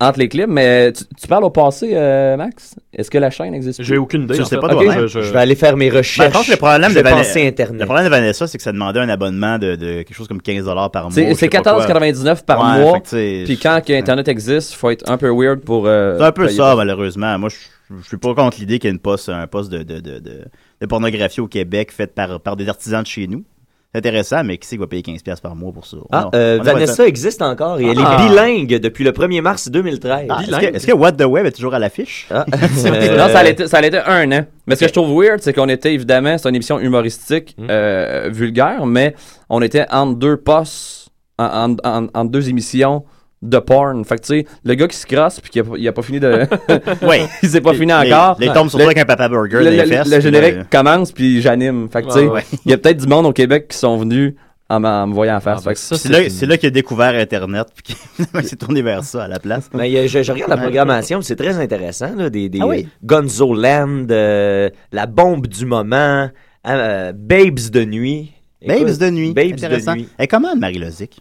Speaker 6: entre les clips. Mais tu, tu parles au passé, euh, Max. Est-ce que la chaîne existe
Speaker 7: J'ai
Speaker 6: plus?
Speaker 7: aucune idée.
Speaker 4: Je
Speaker 7: en
Speaker 4: sais
Speaker 7: fait.
Speaker 4: pas
Speaker 7: Ok,
Speaker 4: toi-même.
Speaker 7: je- je-
Speaker 5: Je vais aller faire mes
Speaker 4: Ben,
Speaker 5: recherches.
Speaker 4: je pense que le problème
Speaker 5: je
Speaker 4: de
Speaker 5: vais
Speaker 4: Vanessa.
Speaker 5: penser
Speaker 4: Le
Speaker 5: Internet.
Speaker 4: problème de Vanessa, c'est que ça demandait un abonnement de, de quelque chose comme 15 par mois.
Speaker 6: C'est c'est 14,99 par mois. Puis quand que Internet existe, faut être un peu weird pour. euh,
Speaker 4: C'est un peu
Speaker 6: payer
Speaker 4: ça, ben, malheureusement. Moi, je je suis pas contre l'idée qu'il y ait une poste, un poste de, de, de, de, de pornographie au Québec faite par, par des artisans de chez nous. C'est intéressant, mais qui c'est qui va payer 15$ par mois pour ça?
Speaker 5: Ah,
Speaker 4: Non.
Speaker 5: euh,
Speaker 4: On est-
Speaker 5: Vanessa existe encore et elle
Speaker 6: Ah.
Speaker 5: est bilingue depuis le 1er mars 2013.
Speaker 4: Ah, est-ce, que, est-ce que What the Web est toujours à
Speaker 6: *laughs*
Speaker 4: l'affiche? *laughs*
Speaker 5: Ah.
Speaker 6: Euh, Non, ça allait être- ça allait être un an. Mais ce que je trouve weird, c'est qu'on était évidemment, c'est une émission humoristique,
Speaker 7: Mm.
Speaker 6: euh, vulgaire, mais on était entre deux postes, en, en- en- entre deux émissions de porn. Fait que tu sais, le gars qui se crasse puis qui a, pas- il a pas fini de. *laughs*
Speaker 4: Oui.
Speaker 6: il s'est pas fini
Speaker 4: les,
Speaker 6: encore.
Speaker 4: Les tombes sont
Speaker 6: Le-
Speaker 4: avec un Papa Burger
Speaker 6: le,
Speaker 4: dans les
Speaker 6: le-
Speaker 4: fesses.
Speaker 6: le générique
Speaker 4: puis,
Speaker 6: commence puis j'anime. Fait que tu sais,
Speaker 7: Ouais,
Speaker 6: il
Speaker 7: ouais.
Speaker 6: y a peut-être du monde au Québec qui sont venus en, m- en me voyant en
Speaker 7: Ah,
Speaker 6: face.
Speaker 7: ben,
Speaker 6: Fait que
Speaker 7: ça,
Speaker 4: C'est là,
Speaker 7: une-
Speaker 4: c'est là qu'il a découvert Internet, puis qu'il *laughs* finalement, il s'est tourné vers ça à la place.
Speaker 5: Mais euh, je, je regarde la
Speaker 4: Ouais.
Speaker 5: programmation, c'est très intéressant. Là, des des
Speaker 4: Ah oui.
Speaker 5: euh, Gonzo Land, euh, La Bombe du Moment, euh, Babes de Nuit. Écoute,
Speaker 4: Babes de nuit.
Speaker 5: Babes
Speaker 4: Intéressant.
Speaker 5: de Nuit.
Speaker 4: Elle est comment, Marie Lozic?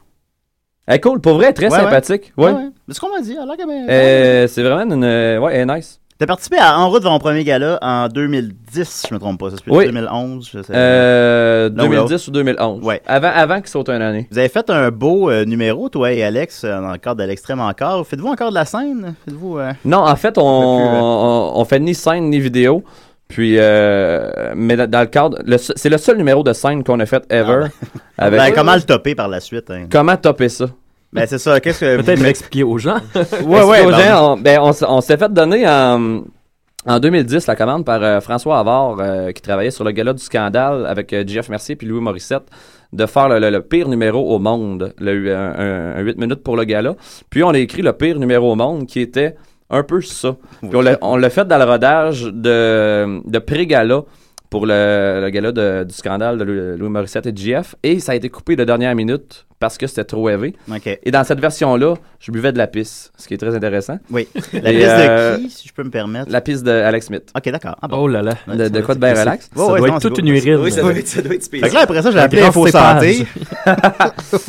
Speaker 6: Elle est cool, pour vrai, très
Speaker 4: Ouais, ouais.
Speaker 6: sympathique. Ouais.
Speaker 4: C'est ce qu'on m'a dit. Alors que, ben,
Speaker 6: Euh, c'est vraiment une. euh, Ouais, elle est nice.
Speaker 4: T'as participé à En route vers mon premier gala en 2010, si je me trompe pas. Ça se peut
Speaker 6: Oui.
Speaker 4: 2011. je sais.
Speaker 6: Euh,
Speaker 4: L'un ou
Speaker 6: 2010 ou 2011.
Speaker 4: Ouais.
Speaker 6: Avant, avant qu'il saute une année.
Speaker 4: Vous avez fait un beau euh, numéro, toi et Alex, euh, dans le cadre de l'extrême encore. Faites-vous encore de la scène? Faites-vous... euh,
Speaker 6: Non, en fait, on,
Speaker 4: On fait plus, euh,
Speaker 6: on, on fait ni scène ni vidéo. Puis, euh, mais dans- dans le cadre, le se- c'est le seul numéro de scène qu'on a fait ever. avec
Speaker 4: ben, comment le topper par la suite? Hein?
Speaker 6: comment topper ça?
Speaker 4: Ben, c'est ça. Qu'est-ce
Speaker 6: *laughs*
Speaker 4: que...
Speaker 7: Peut-être l'expliquer aux gens.
Speaker 6: Parce
Speaker 4: ouais,
Speaker 6: qu'aux
Speaker 4: ben,
Speaker 6: gens, on, ben, on s- on s'est fait donner en, en 2010 la commande par euh, François Havard, euh, qui travaillait sur le gala du scandale avec euh, Jeff Mercier puis Louis Morissette, de faire le, le- le pire numéro au monde, le, un, un- un 8 minutes pour le gala. Puis on a écrit le pire numéro au monde, qui était un peu ça. Puis on l'a- on l'a fait dans le rodage de, de pré-gala pour le, le gala de- du scandale de Louis, Louis Morissette et Jeff, et ça a été coupé de dernière minute parce que c'était trop élevé.
Speaker 4: OK.
Speaker 6: Et dans cette version-là, je buvais de la pisse, ce qui est très intéressant. *laughs*
Speaker 4: Oui. La
Speaker 6: Et,
Speaker 4: liste
Speaker 6: euh,
Speaker 4: de qui, si je peux me permettre?
Speaker 6: La pisse de Alex Smith.
Speaker 4: OK, d'accord. Ah, bon.
Speaker 7: Oh là là.
Speaker 4: Ouais,
Speaker 6: de,
Speaker 4: ça
Speaker 6: de
Speaker 4: va
Speaker 6: quoi de
Speaker 4: être-
Speaker 6: bien relax?
Speaker 4: Ouais,
Speaker 7: ça
Speaker 4: ouais,
Speaker 7: doit
Speaker 4: non,
Speaker 7: être toute
Speaker 4: c'est
Speaker 7: une
Speaker 4: beau.
Speaker 7: urine.
Speaker 5: Oui, ça doit être, ça doit être
Speaker 4: Fait
Speaker 5: spécial.
Speaker 4: que là, après ça, j'ai
Speaker 7: Un
Speaker 4: appelé
Speaker 7: grand
Speaker 4: Info
Speaker 7: cépage.
Speaker 4: Santé.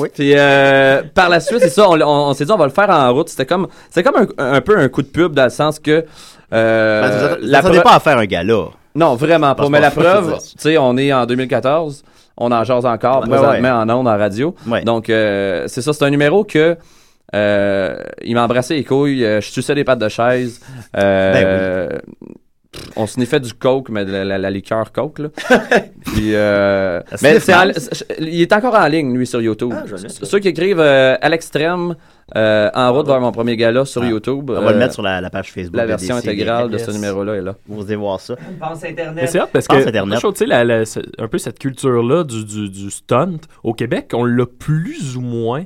Speaker 4: Oui.
Speaker 6: Puis euh, par la suite, c'est ça, on, on- on s'est dit on va le faire en route. C'était comme, c'était comme un, un peu un coup de pub dans le sens que. euh,
Speaker 4: Ben, vous
Speaker 6: la
Speaker 4: n'attendez
Speaker 6: pre-
Speaker 4: pas à faire un gala.
Speaker 6: Non, vraiment pas.
Speaker 4: Parce
Speaker 6: Mais
Speaker 4: qu'on-
Speaker 6: la
Speaker 4: je veux
Speaker 6: preuve,
Speaker 4: dire.
Speaker 6: tu sais, on est en 2014, on en jase encore
Speaker 4: Ouais,
Speaker 6: présentement
Speaker 4: ouais.
Speaker 6: en ondes, en radio.
Speaker 4: Ouais.
Speaker 6: Donc euh, c'est ça, c'est un numéro que. euh, il m'a embrassé les couilles, euh, je suçais des pattes de chaise. euh,
Speaker 4: Ben
Speaker 6: pff, On sniffait du coke, mais de la, la- la liqueur
Speaker 4: *laughs*
Speaker 6: coke. Là. Puis, euh,
Speaker 4: Ça
Speaker 6: mais
Speaker 4: sniffe
Speaker 6: c'est en-
Speaker 4: mal,
Speaker 6: c'est- il est encore en ligne, lui, sur YouTube.
Speaker 5: Ah, je l'ai, ça.
Speaker 6: Ceux qui écrivent euh, à l'extrême, euh, en route vers mon premier gala sur
Speaker 4: Ah.
Speaker 6: YouTube,
Speaker 4: On va le
Speaker 6: euh,
Speaker 4: mettre sur la, la page Facebook.
Speaker 6: la
Speaker 4: de
Speaker 6: version
Speaker 4: DCD.
Speaker 6: intégrale de
Speaker 4: Yes.
Speaker 6: ce numéro-là est là.
Speaker 4: Vous allez voir ça.
Speaker 5: Pense
Speaker 7: Mais
Speaker 5: Internet.
Speaker 7: c'est hot parce
Speaker 4: Pense
Speaker 7: que,
Speaker 4: Internet.
Speaker 7: je trouve, tu sais, la- la- ce- un peu cette culture-là du, du, du stunt, au Québec, on l'a plus ou moins.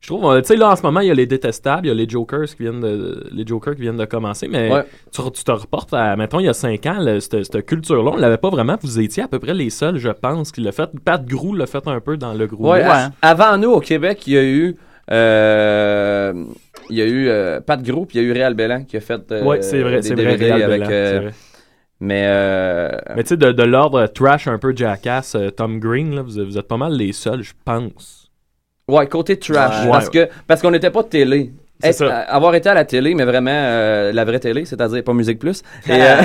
Speaker 2: Je trouve, euh, tu sais, là, en ce moment, il y a les détestables, il y a les Jokers qui viennent de, les Jokers qui viennent de commencer, mais
Speaker 6: Ouais.
Speaker 2: tu, re- tu te reportes à, mettons, il y a cinq ans, là, cette, cette culture-là, on l'avait pas vraiment. Vous étiez à peu près les seuls, je pense, qui l'a fait. Pat Grou l'a fait un peu dans le groupe.
Speaker 6: Ouais,
Speaker 4: Ouais.
Speaker 6: à- Avant nous, au Québec, il y a eu. euh, il y a eu euh, Pat Gros, puis il y a eu Réal Bellan qui a fait. euh,
Speaker 2: Ouais, c'est vrai,
Speaker 6: des
Speaker 2: c'est vrai,
Speaker 6: DVD
Speaker 2: Réal
Speaker 6: avec,
Speaker 2: Bellan,
Speaker 6: euh,
Speaker 2: c'est vrai.
Speaker 6: Mais. euh,
Speaker 2: Mais tu sais, de, de l'ordre euh, trash un peu jackass, euh, Tom Green, là, vous, vous êtes pas mal les seuls, je pense.
Speaker 6: ouais, côté trash.
Speaker 2: Ouais.
Speaker 6: parce que parce qu'on n'était pas de télé.
Speaker 2: C'est
Speaker 6: Être-
Speaker 2: ça.
Speaker 6: à- Avoir été à la télé, mais vraiment euh, la vraie télé, c'est-à-dire pas Musique Plus. Et, euh,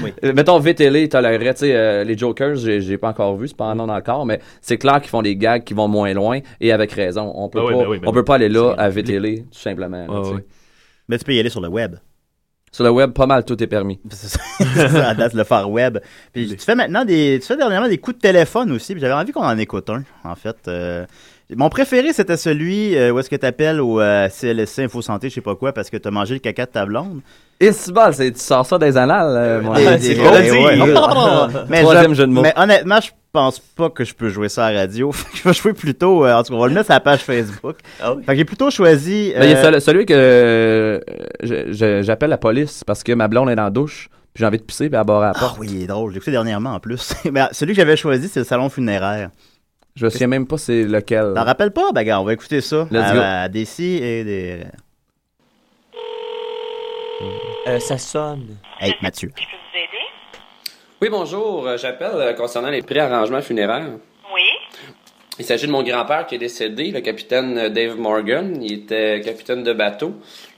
Speaker 6: *laughs*
Speaker 4: oui.
Speaker 6: Euh, Mettons, VTL, tolérerait, tu sais, euh, les Jokers, j'ai j'ai pas encore vu, c'est pas en ondes encore, mais c'est clair qu'ils font des gags qui vont moins loin et avec raison. On peut,
Speaker 2: Ben oui,
Speaker 6: pas,
Speaker 2: ben oui, ben
Speaker 6: on peut
Speaker 2: oui.
Speaker 6: pas aller là
Speaker 2: C'est- Ah
Speaker 6: à VTL, tout simplement. là,
Speaker 2: Ouais,
Speaker 6: tu sais.
Speaker 2: ouais.
Speaker 4: Mais tu peux y aller sur le
Speaker 6: *laughs*
Speaker 4: web.
Speaker 6: Sur le web, pas mal tout est permis.
Speaker 4: C'est ça, *laughs* c'est ça, à date, le faire web. Puis tu fais maintenant des, tu fais dernièrement des coups de téléphone aussi. Puis j'avais envie qu'on en écoute un, en fait. Euh, mon préféré, c'était celui euh, où est-ce que t'appelles au euh, CLSC Info Santé, je sais pas quoi, parce que t'as mangé le caca de ta blonde.
Speaker 6: Et si bol, c'est- tu sors ça des annales, euh, mon
Speaker 4: Des-
Speaker 6: ami.
Speaker 4: des-
Speaker 6: C'est
Speaker 4: des-
Speaker 6: drôle.
Speaker 4: ouais. *laughs* Mais
Speaker 6: Troisième
Speaker 4: je-
Speaker 6: jeu de mots.
Speaker 4: Mais honnêtement, je pense pas que je peux jouer ça à la radio. *laughs* je vais jouer plutôt, euh, en tout cas, on va le mettre sur la page Facebook. Fait que j'ai plutôt choisi.
Speaker 6: Ben, il y a
Speaker 4: euh,
Speaker 6: celui- celui que euh, je- je- j'appelle la police parce que ma blonde est dans la douche, puis j'ai envie de pisser, puis elle barre à la
Speaker 4: Ah
Speaker 6: porte.
Speaker 4: oui, il est drôle. J'ai écouté dernièrement en plus. *laughs* Mais celui que j'avais choisi, c'est le salon funéraire.
Speaker 6: Je me souviens même pas c'est lequel.
Speaker 4: T'en rappelles pas? Ben, gars, on va écouter ça.
Speaker 6: Let's
Speaker 4: à,
Speaker 6: go.
Speaker 4: à DC et des.
Speaker 5: Euh, ça sonne.
Speaker 4: Hey, Mathieu.
Speaker 3: Je peux vous aider?
Speaker 6: Oui, bonjour, euh, j'appelle euh, concernant les préarrangements funéraires.
Speaker 3: Oui.
Speaker 6: Il s'agit de mon grand-père qui est décédé, le capitaine euh, Dave Morgan. Il était capitaine de bateau.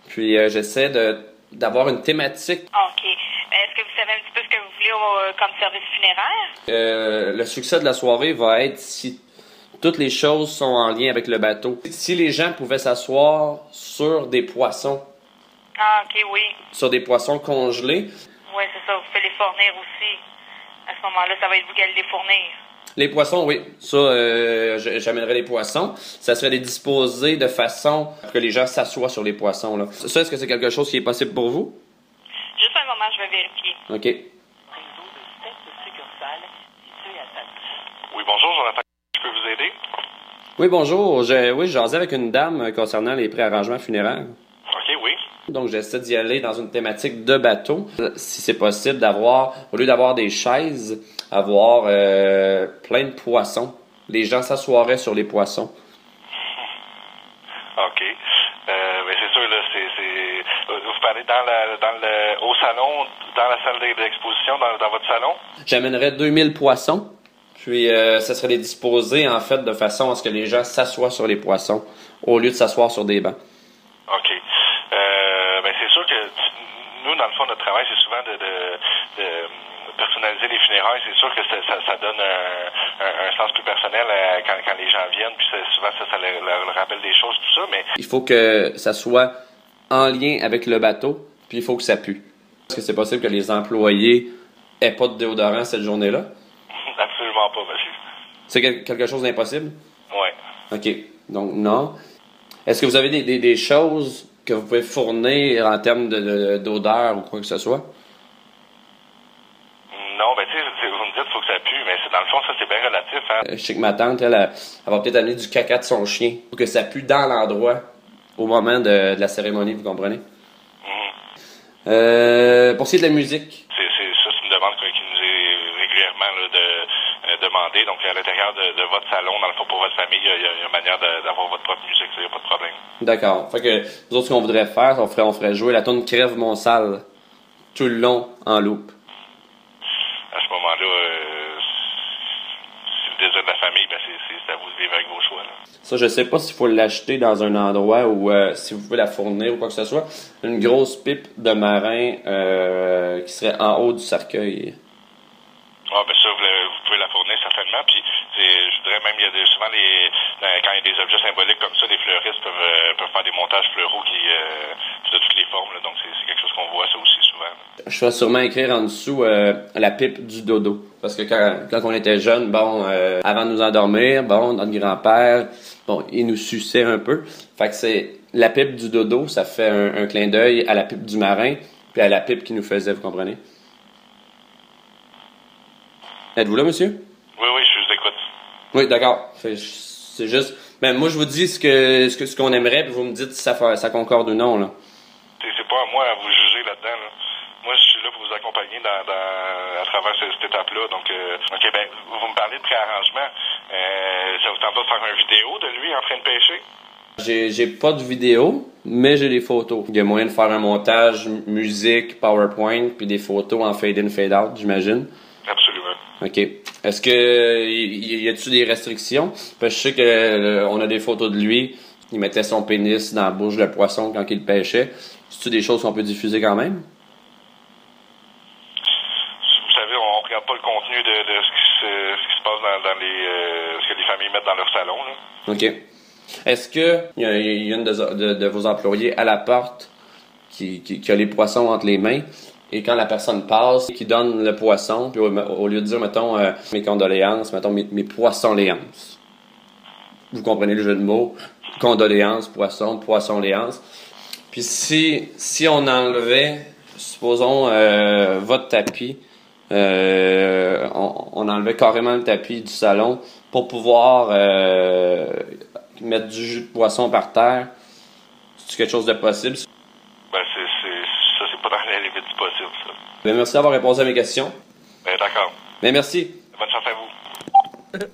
Speaker 6: Puis euh, j'essaie de d'avoir une thématique,
Speaker 3: OK. Est-ce que vous savez un petit peu ce que vous voulez euh, comme service funéraire?
Speaker 6: Euh, le succès de la soirée va être si toutes les choses sont en lien avec le bateau. Si les gens pouvaient s'asseoir sur des poissons,
Speaker 3: Ah, OK, oui.
Speaker 6: sur des poissons congelés,
Speaker 3: Oui, c'est ça. Vous pouvez les fournir aussi. À ce moment-là, ça va être vous qui allez les fournir.
Speaker 6: Les poissons, oui. Ça, euh, je- j'amènerai les poissons. Ça serait les disposer de façon que les gens s'assoient sur les poissons. Là. Ça, est-ce que c'est quelque chose qui est possible pour vous?
Speaker 3: Juste un moment, je vais vérifier.
Speaker 6: OK.
Speaker 7: Oui, bonjour, Jonathan. Je peux vous aider?
Speaker 6: Oui, bonjour. Je, oui, je jasais avec une dame euh, concernant les préarrangements funéraires.
Speaker 7: OK, oui.
Speaker 6: Donc, j'essaie d'y aller dans une thématique de bateau. Si c'est possible d'avoir, au lieu d'avoir des chaises, avoir euh, plein de poissons. Les gens s'assoiraient sur les poissons.
Speaker 7: OK. Euh, mais c'est sûr, là, c'est... c'est- euh, Vous parlez dans la, dans le, au salon, dans la salle d'e- d'exposition, dans, dans votre salon?
Speaker 6: J'amènerais 2000 poissons. Puis, euh, ça serait les disposer, en fait, de façon à ce que les gens s'assoient sur les poissons au lieu de s'asseoir sur des bancs.
Speaker 7: OK. Euh, ben, c'est sûr que tu- nous, dans le fond, notre travail, c'est souvent de, de, de personnaliser les funérailles. C'est sûr que ça, ça, ça donne un, un- un sens plus personnel à- quand, quand les gens viennent. Puis c'est- souvent, ça, ça leur, leur rappelle des choses, tout ça. Mais
Speaker 6: Il faut que ça soit en lien avec le bateau, puis il faut que ça pue. Est-ce que c'est possible que les employés aient pas de déodorant cette journée-là?
Speaker 7: absolument pas, monsieur.
Speaker 6: C'est quel- quelque chose d'impossible?
Speaker 7: Ouais.
Speaker 6: OK. Donc, non. Est-ce que vous avez des, des- des choses que vous pouvez fournir en termes de- de- d'odeur ou quoi que ce soit?
Speaker 7: Non, ben tu sais, c'est- vous me dites faut que ça pue, mais c'est dans le fond, ça c'est bien relatif, hein.
Speaker 6: Euh, Je sais que ma tante, elle, elle, elle va peut-être amener du caca de son chien pour que ça pue dans l'endroit au moment de, de la cérémonie, vous comprenez? Euh, pour ce qui est de la musique,
Speaker 7: C'est, c'est, ça, c'est une demande quoi, qui nous est régulièrement là, de, euh, demandée. Donc, à l'intérieur de, de votre salon, dans le fond, pour votre famille, il y a, il y a- il y a une manière de- d'avoir votre propre musique, il n'y a pas de problème.
Speaker 6: d'accord. Fait que nous autres, ce qu'on voudrait faire, on ferait, on ferait jouer la tune Crève mon sale tout le long en loop.
Speaker 7: À ce moment-là, euh, c'est le désir de la famille, ben, c'est, c'est, c'est à vous de vivre avec vos choix. Là.
Speaker 6: Ça, je sais pas s'il faut l'acheter dans un endroit ou euh, si vous pouvez la fournir ou quoi que ce soit. Une grosse pipe de marin euh, qui serait en haut du cercueil.
Speaker 7: Ah, ben ça, vous, le- vous pouvez la fournir certainement. Puis, c'est- je voudrais même, il y a des- souvent, les, dans- quand il y a des objets symboliques comme ça, les fleuristes peuvent, euh, peuvent faire des montages fleuraux qui, euh, de toutes les formes. là. donc, c'est, c'est quelque chose qu'on voit ça aussi souvent. là.
Speaker 6: Je ferais sûrement écrire en dessous euh, la pipe du dodo. Parce que quand, quand on était jeune, bon, euh, avant de nous endormir, bon, notre grand-père, bon, il nous suçait un peu. Fait que c'est la pipe du dodo, ça fait un, un clin d'œil à la pipe du marin, puis à la pipe qui nous faisait, vous comprenez? Êtes-vous là, monsieur?
Speaker 7: Oui, oui, je vous écoute.
Speaker 6: Oui, d'accord. Fait que C'est juste
Speaker 8: Ben, moi, je vous dis ce que ce que- ce qu'on aimerait, puis vous me dites si ça, fa- ça concorde ou non. Là.
Speaker 9: C'est c'est pas à moi à vous juger là-dedans. là. Moi, je suis là pour vous accompagner dans, dans- à travers ce- cette étape-là. Donc, euh, OK, ben, vous me parlez de préarrangement. Euh, ça vous tente pas de faire une vidéo de lui en train de pêcher?
Speaker 8: J'ai j'ai pas de vidéo, mais j'ai des photos. Il y a moyen de faire un montage, m- musique, PowerPoint, puis des photos en fade-in, fade-out, j'imagine.
Speaker 9: Absolument.
Speaker 8: OK. Est-ce que euh, y y- y a-tu des restrictions? Parce que je sais que euh, on a des photos de lui. Il mettait son pénis dans la bouche de poisson quand il pêchait. C'est-tu des choses qu'on peut diffuser quand même?
Speaker 9: Vous savez, on regarde pas le contenu de, de ce, qui se, ce qui se passe dans, dans les, euh, ce que les familles mettent dans leur salon. là.
Speaker 8: OK. Est-ce que il y a, il y a une de, de- de vos employés à la porte qui, qui- qui a les poissons entre les mains et quand la personne passe, qui donne le poisson, puis au, au lieu de dire, mettons, euh, mes condoléances, mettons, mes, mes poissons-léances. Vous comprenez le jeu de mots? Condoléances, poisson, poisson-léances. Puis si, si on enlevait, supposons, euh, votre tapis, euh, on, on enlevait carrément le tapis du salon pour pouvoir euh, mettre du jus de poisson par terre. C'est quelque chose de possible.
Speaker 9: Ben, c'est, c'est, ça, c'est pas dans les limites du possible, ça.
Speaker 8: Ben, merci d'avoir répondu à mes questions.
Speaker 9: Ben, d'accord.
Speaker 8: Ben, merci.
Speaker 9: Bonne chance à vous.
Speaker 7: C'est-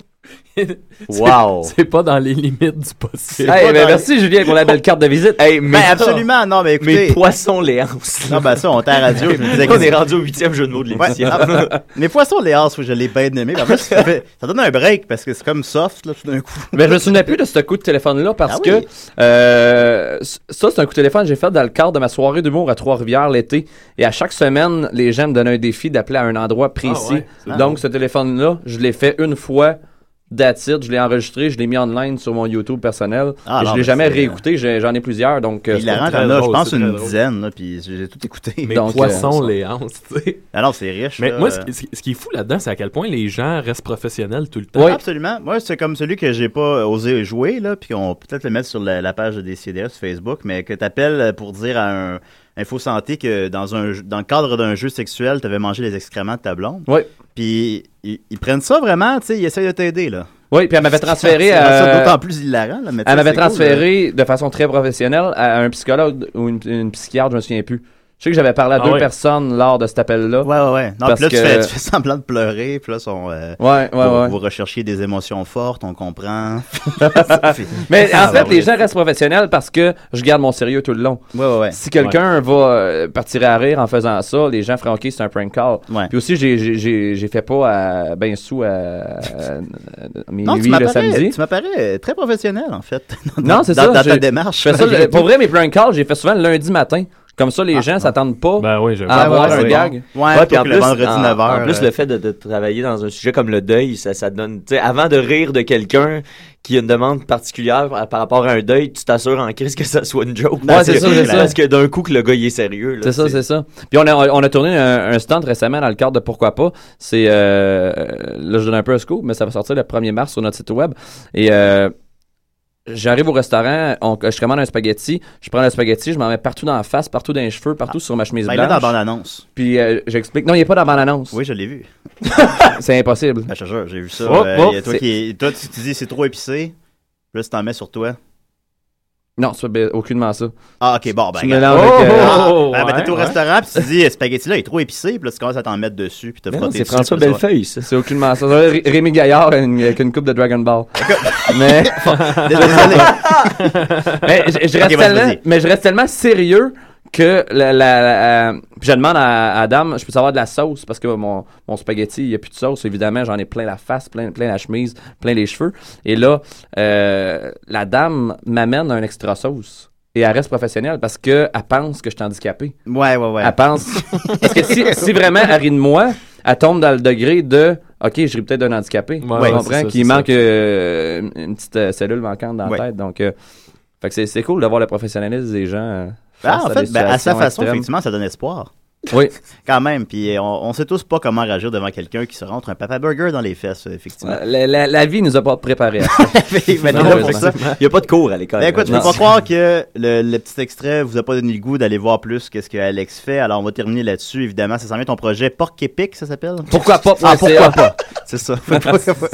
Speaker 4: Wow.
Speaker 7: C'est pas dans les limites du possible.
Speaker 4: Hey, ben, merci,
Speaker 5: Julien pour la belle carte de visite. Hey, mais
Speaker 4: Ben, absolument, non, mais écoutez.
Speaker 5: Mais poisson Léance. *laughs*
Speaker 4: Non, ben ça, on était à la radio. je me disais que-
Speaker 5: On est rendu au huitième jeu de mots de l'émission.
Speaker 4: Ouais. Ah, *laughs* ben, les poissons Léas, je l'ai bien nommé. mais en plus, ça, fait- ça donne un break parce que c'est comme soft, là, tout d'un coup.
Speaker 6: Mais Ben, je me souviens plus de ce coup de téléphone-là parce
Speaker 4: Ah oui.
Speaker 6: que euh, ça, c'est un coup de téléphone que j'ai fait dans le cadre de ma soirée d'humour à Trois-Rivières l'été. Et à chaque semaine, les gens me donnaient un défi d'appeler à un endroit
Speaker 7: Ah
Speaker 6: précis.
Speaker 7: ouais, c'est bon.
Speaker 6: Donc, ce téléphone-là, je l'ai fait une fois. That's it. je l'ai enregistré, je l'ai mis online sur mon YouTube personnel.
Speaker 4: Ah,
Speaker 6: et je
Speaker 4: non,
Speaker 6: l'ai
Speaker 4: mais
Speaker 6: jamais
Speaker 4: c'est-
Speaker 6: réécouté, j'ai- j'en ai plusieurs. Donc, euh,
Speaker 4: Il la
Speaker 6: c'est
Speaker 4: rend
Speaker 6: très
Speaker 4: comme là, je
Speaker 6: drôle,
Speaker 4: pense,
Speaker 6: c'est
Speaker 4: une
Speaker 6: très drôle.
Speaker 4: dizaine, là, puis j'ai j'ai tout écouté. *laughs*
Speaker 6: Mais
Speaker 7: Donc, poisson,
Speaker 4: euh,
Speaker 7: Léance, tu sais.
Speaker 4: Ah non, c'est riche.
Speaker 7: Mais
Speaker 4: là.
Speaker 7: moi, ce qui, ce qui est fou là-dedans, c'est à quel point les gens restent professionnels tout le temps.
Speaker 4: Absolument. Moi, c'est comme celui que j'ai pas osé jouer, là, puis on peut peut-être le mettre sur la, la page de DCDF sur Facebook, mais que t'appelles pour dire à un Info Santé que dans un jeu- dans le cadre d'un jeu sexuel, t'avais mangé les excréments de ta blonde.
Speaker 6: Oui.
Speaker 4: Puis ils, ils prennent ça vraiment, tu sais, ils essayent de t'aider, là.
Speaker 6: Oui, puis elle m'avait
Speaker 4: *laughs*
Speaker 6: transféré
Speaker 4: C'est ça
Speaker 6: à.
Speaker 4: d'autant plus hilarant, là, mais tu sais,
Speaker 6: Elle m'avait
Speaker 4: c'est cool, là.
Speaker 6: transféré de façon très professionnelle à un psychologue ou une, une psychiatre, je me souviens plus. Je sais que j'avais parlé à
Speaker 7: Ah
Speaker 6: deux
Speaker 7: ouais.
Speaker 6: personnes lors de cet appel-là.
Speaker 4: Ouais, ouais, ouais. Non,
Speaker 6: Parce
Speaker 4: puis là, tu,
Speaker 6: que-
Speaker 4: fais, tu fais semblant de pleurer, puis là, son, euh,
Speaker 6: Ouais, ouais,
Speaker 4: vous,
Speaker 6: ouais.
Speaker 4: vous recherchiez des émotions fortes, on
Speaker 6: *laughs*
Speaker 4: comprend.
Speaker 6: Mais en
Speaker 4: Ah,
Speaker 6: fait,
Speaker 4: ouais.
Speaker 6: les gens restent professionnels parce que je garde mon sérieux tout le long.
Speaker 4: Ouais, ouais, ouais.
Speaker 6: Si quelqu'un va euh, partir à rire en faisant ça, les gens feront OK, c'est un prank call.
Speaker 4: Ouais.
Speaker 6: Puis aussi, j'ai- j'ai- j'ai j'ai fait pas à ben sous à, à- à mes
Speaker 4: Non, tu
Speaker 6: huit le
Speaker 4: m'apparais,
Speaker 6: samedi.
Speaker 4: tu m'apparais très professionnel, en fait. *laughs* Dans-
Speaker 6: Non, c'est
Speaker 4: dans-
Speaker 6: ça,
Speaker 4: Dans ta
Speaker 6: j'ai-
Speaker 4: démarche.
Speaker 6: Je fais ça, le- pour vrai, mes prank calls, j'ai fait souvent le lundi matin. Comme ça, les gens s'attendent pas
Speaker 7: Ah. Ben oui, je
Speaker 6: à
Speaker 4: ouais,
Speaker 6: avoir
Speaker 4: ouais,
Speaker 6: un
Speaker 4: ouais.
Speaker 6: gag.
Speaker 4: Ouais,
Speaker 5: Ouais,
Speaker 4: plutôt
Speaker 5: puis en
Speaker 4: que
Speaker 5: plus,
Speaker 4: le vendredi euh,
Speaker 5: en-
Speaker 4: 9h.
Speaker 5: en plus, le fait de, de travailler dans un sujet comme le deuil, ça, ça donne. Tu sais, avant de rire de quelqu'un qui a une demande particulière euh, par, par rapport à un deuil, tu t'assures en crise que ça soit une joke.
Speaker 6: Ouais, c'est
Speaker 5: Parce
Speaker 6: ça,
Speaker 5: que-
Speaker 6: c'est ça.
Speaker 5: Parce que d'un coup, que le gars il est sérieux. là,
Speaker 6: C'est ça, c'est ça. Puis on a, on a tourné un, un stand récemment dans le cadre de Pourquoi pas. C'est euh, là je donne un peu un scoop, mais ça va sortir le 1er mars sur notre site web. Et euh, j'arrive au restaurant, on- je commande un spaghetti, je prends le spaghetti, je m'en mets partout dans la face, partout dans les cheveux, partout sur ma chemise
Speaker 4: Ben, il est
Speaker 6: blanche.
Speaker 4: dans la bande-annonce.
Speaker 6: Puis euh, j'explique. Non, il est pas dans la bande annonce.
Speaker 4: Oui, je l'ai vu.
Speaker 6: C'est impossible.
Speaker 4: Ben, je te jure, j'ai vu ça.
Speaker 6: Oh,
Speaker 4: euh,
Speaker 6: oh,
Speaker 4: il y a toi,
Speaker 6: c'est-
Speaker 4: qui, toi, tu tu dis c'est trop épicé. Là, tu t'en mets sur toi.
Speaker 6: Non, c'est pas- aucunement ça.
Speaker 4: Ah, ok, bon, ben.
Speaker 6: Tu
Speaker 4: regarde.
Speaker 6: mélanges avec, euh,
Speaker 4: Ah,
Speaker 7: Oh,
Speaker 4: ben, ben,
Speaker 7: ouais,
Speaker 4: t'es au
Speaker 7: ouais.
Speaker 4: restaurant, puis tu dis, ce spaghetti-là il est trop épicé, puis là, tu commences à t'en mettre dessus, puis te
Speaker 5: c'est- Non,
Speaker 4: frotter
Speaker 5: C'est
Speaker 4: dessus,
Speaker 5: François
Speaker 4: puis là, tu vas-
Speaker 5: Bellefeuille, ça.
Speaker 6: C'est aucunement ça. Ré- Rémi Gaillard avec une, avec une coupe de Dragon Ball. mais. *laughs*
Speaker 4: Désolé.
Speaker 6: mais je, je reste
Speaker 4: *laughs* Ok, vas-y,
Speaker 6: tellement,
Speaker 4: vas-y.
Speaker 6: mais je reste tellement sérieux que la, la- la- euh, puis je demande à, à Dame, je peux savoir de la sauce parce que mon, mon spaghetti, il n'y a plus de sauce. Évidemment, j'en ai plein la face, plein, plein la chemise, plein les cheveux. Et là, euh, la dame m'amène un extra sauce. Et elle reste professionnelle parce qu'elle pense que je suis handicapé.
Speaker 4: Ouais, ouais, ouais.
Speaker 6: Elle pense. *laughs* Parce que si, si vraiment elle rit de moi, elle tombe dans le degré de OK, je ris peut-être d'un handicapé.
Speaker 7: Ouais,
Speaker 6: tu
Speaker 7: ouais, c'est
Speaker 6: comprends
Speaker 7: ça,
Speaker 6: qu'il
Speaker 7: c'est ça.
Speaker 6: manque euh, une petite euh, cellule manquante dans
Speaker 4: Ouais.
Speaker 6: la tête. Donc, euh, fait que c'est, c'est cool d'avoir le professionnalisme des gens. euh,
Speaker 4: Ah,
Speaker 6: face
Speaker 4: en
Speaker 6: à des
Speaker 4: fait, ben, à sa
Speaker 6: situations
Speaker 4: façon,
Speaker 6: extrêmes.
Speaker 4: effectivement, ça donne espoir. *laughs*
Speaker 6: Oui.
Speaker 4: Quand même, puis euh, on, on sait tous pas comment réagir devant quelqu'un qui se rentre un Papa Burger dans les fesses, euh, effectivement.
Speaker 6: Ouais, La, la- la vie nous a pas préparés à ça.
Speaker 4: *laughs* Mais
Speaker 6: Non,
Speaker 4: déjà
Speaker 6: ouais,
Speaker 4: pour ça.
Speaker 6: effectivement. Il y a pas de cours à l'école.
Speaker 4: Ben écoute, je peux
Speaker 6: Non.
Speaker 4: pas croire que le, le petit extrait vous a pas donné le goût d'aller voir plus qu'est-ce que Alex fait. Alors on va terminer là-dessus. Évidemment, ça s'en vient ton projet Porc Épic, ça s'appelle.
Speaker 6: Pourquoi pas
Speaker 4: Ah, pourquoi
Speaker 6: .ca.
Speaker 4: pas. C'est
Speaker 6: *laughs*
Speaker 4: ça.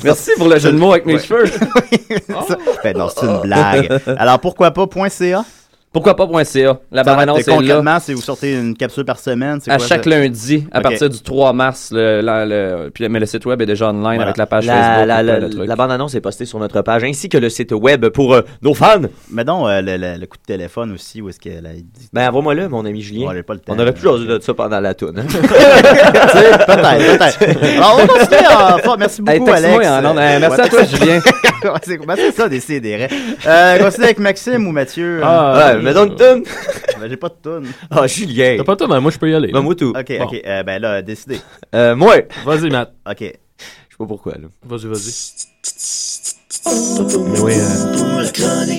Speaker 6: Merci pour le jeu de mots avec mes
Speaker 4: Ouais.
Speaker 6: cheveux.
Speaker 4: Ça- ben non, c'est une blague. Alors pourquoi pas.ca
Speaker 6: Pourquoi pas.ca. La
Speaker 4: Ça va
Speaker 6: barre-annonce
Speaker 4: être-
Speaker 6: est ben, là.
Speaker 4: Concrètement, c'est vous sortez une capsule par semaine. c'est
Speaker 6: À
Speaker 4: quoi,
Speaker 6: chaque
Speaker 4: ça?
Speaker 6: lundi, à
Speaker 4: Ok.
Speaker 6: partir du 3 mars, le, la- le- puis, mais le site web est déjà online
Speaker 5: Voilà.
Speaker 6: avec la page
Speaker 5: La-
Speaker 6: Facebook.
Speaker 5: la-
Speaker 6: et plein de
Speaker 5: la-
Speaker 6: trucs.
Speaker 5: la bande-annonce est postée sur notre page ainsi que le site web pour euh, nos fans.
Speaker 4: Mais donc, euh, le, le- le coup de téléphone aussi, où est-ce qu'elle a dit.
Speaker 5: Ben, envoie-moi le, mon ami Julien.
Speaker 4: temps.
Speaker 5: On aurait pu
Speaker 4: *laughs*
Speaker 5: jaser de ça pendant la toune. hein.
Speaker 4: peut-être, peut-être. Alors, on va continuer en forme. Merci
Speaker 5: Hey,
Speaker 4: beaucoup,
Speaker 5: texte-moi,
Speaker 4: Alex.
Speaker 5: hein, non, mais merci
Speaker 4: Ouais.
Speaker 5: à toi,
Speaker 6: *laughs*
Speaker 5: Julien.
Speaker 4: *laughs* Ouais, c'est ben, c'est ça, des CDR. Euh, continue avec Maxime ou Mathieu.
Speaker 5: Ah, *laughs* ouais, mais donc, toune.
Speaker 4: Ben, j'ai pas de toune.
Speaker 5: Ah, Julien.
Speaker 7: T'as pas tout, mais moi je peux y aller.
Speaker 5: Ben, moi, tout.
Speaker 4: Ok, ok. euh, ben là, décidez.
Speaker 5: Euh, moi.
Speaker 7: Vas-y, Matt.
Speaker 4: Ok. Je
Speaker 5: sais pas pourquoi, là.
Speaker 7: Vas-y, vas-y. Mais oui, euh,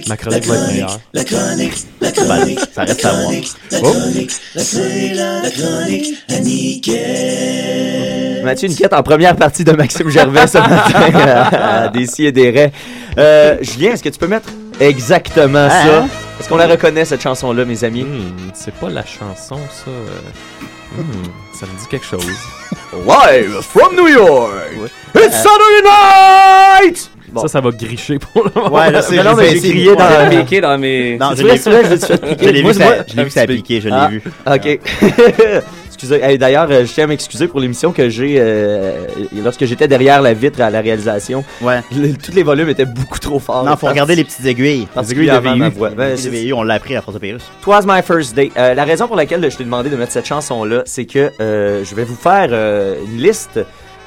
Speaker 7: ma chronique va être meilleure.
Speaker 10: La chronique, la
Speaker 4: chronique, ça reste à voir.
Speaker 10: la chronique, la chronique, la chronique, à nickel.
Speaker 5: Mathieu Niquette en première partie de Maxime Gervais ce matin *laughs* à, à Décis et des Raies. Euh, Julien, est-ce que tu peux mettre exactement ça?
Speaker 7: Hein?
Speaker 5: Est-ce qu'on la reconnaît, cette chanson-là, mes amis?
Speaker 7: Hmm, C'est pas la chanson, ça. euh. Hmm, ça me dit quelque chose.
Speaker 5: *laughs* Live from New York! It's Saturday night!
Speaker 7: Ça, ça va gricher pour le moment.
Speaker 4: Ouais, là, c'est
Speaker 7: Mais non, mais j'ai crié dans-
Speaker 6: J'ai piqué dans mes.
Speaker 4: Non,
Speaker 6: C'est
Speaker 4: je
Speaker 6: vrai,
Speaker 4: l'ai
Speaker 6: c'est vrai,
Speaker 4: vu.
Speaker 6: je l'ai tout de suite piqué.
Speaker 4: Je l'ai
Speaker 6: Moi,
Speaker 4: vu, ça-
Speaker 6: moi,
Speaker 4: je l'ai vu que ça a piqué, je l'ai
Speaker 5: Ah,
Speaker 4: vu.
Speaker 5: OK. *laughs* Excusez. Hey, D'ailleurs, euh, je tiens à m'excuser pour l'émission que j'ai. euh, lorsque j'étais derrière la vitre à la réalisation,
Speaker 4: ouais.
Speaker 5: tous les volumes étaient beaucoup trop forts.
Speaker 4: Non, faut regarder les petites aiguilles.
Speaker 5: Les aiguilles de VU.
Speaker 4: ma voix.
Speaker 5: Ben,
Speaker 4: Les
Speaker 5: c'est-
Speaker 4: VU, on l'a appris à François Pérus.
Speaker 5: Twas My First Day. Euh, la raison pour laquelle je t'ai demandé de mettre cette chanson-là, c'est que euh, je vais vous faire euh, une liste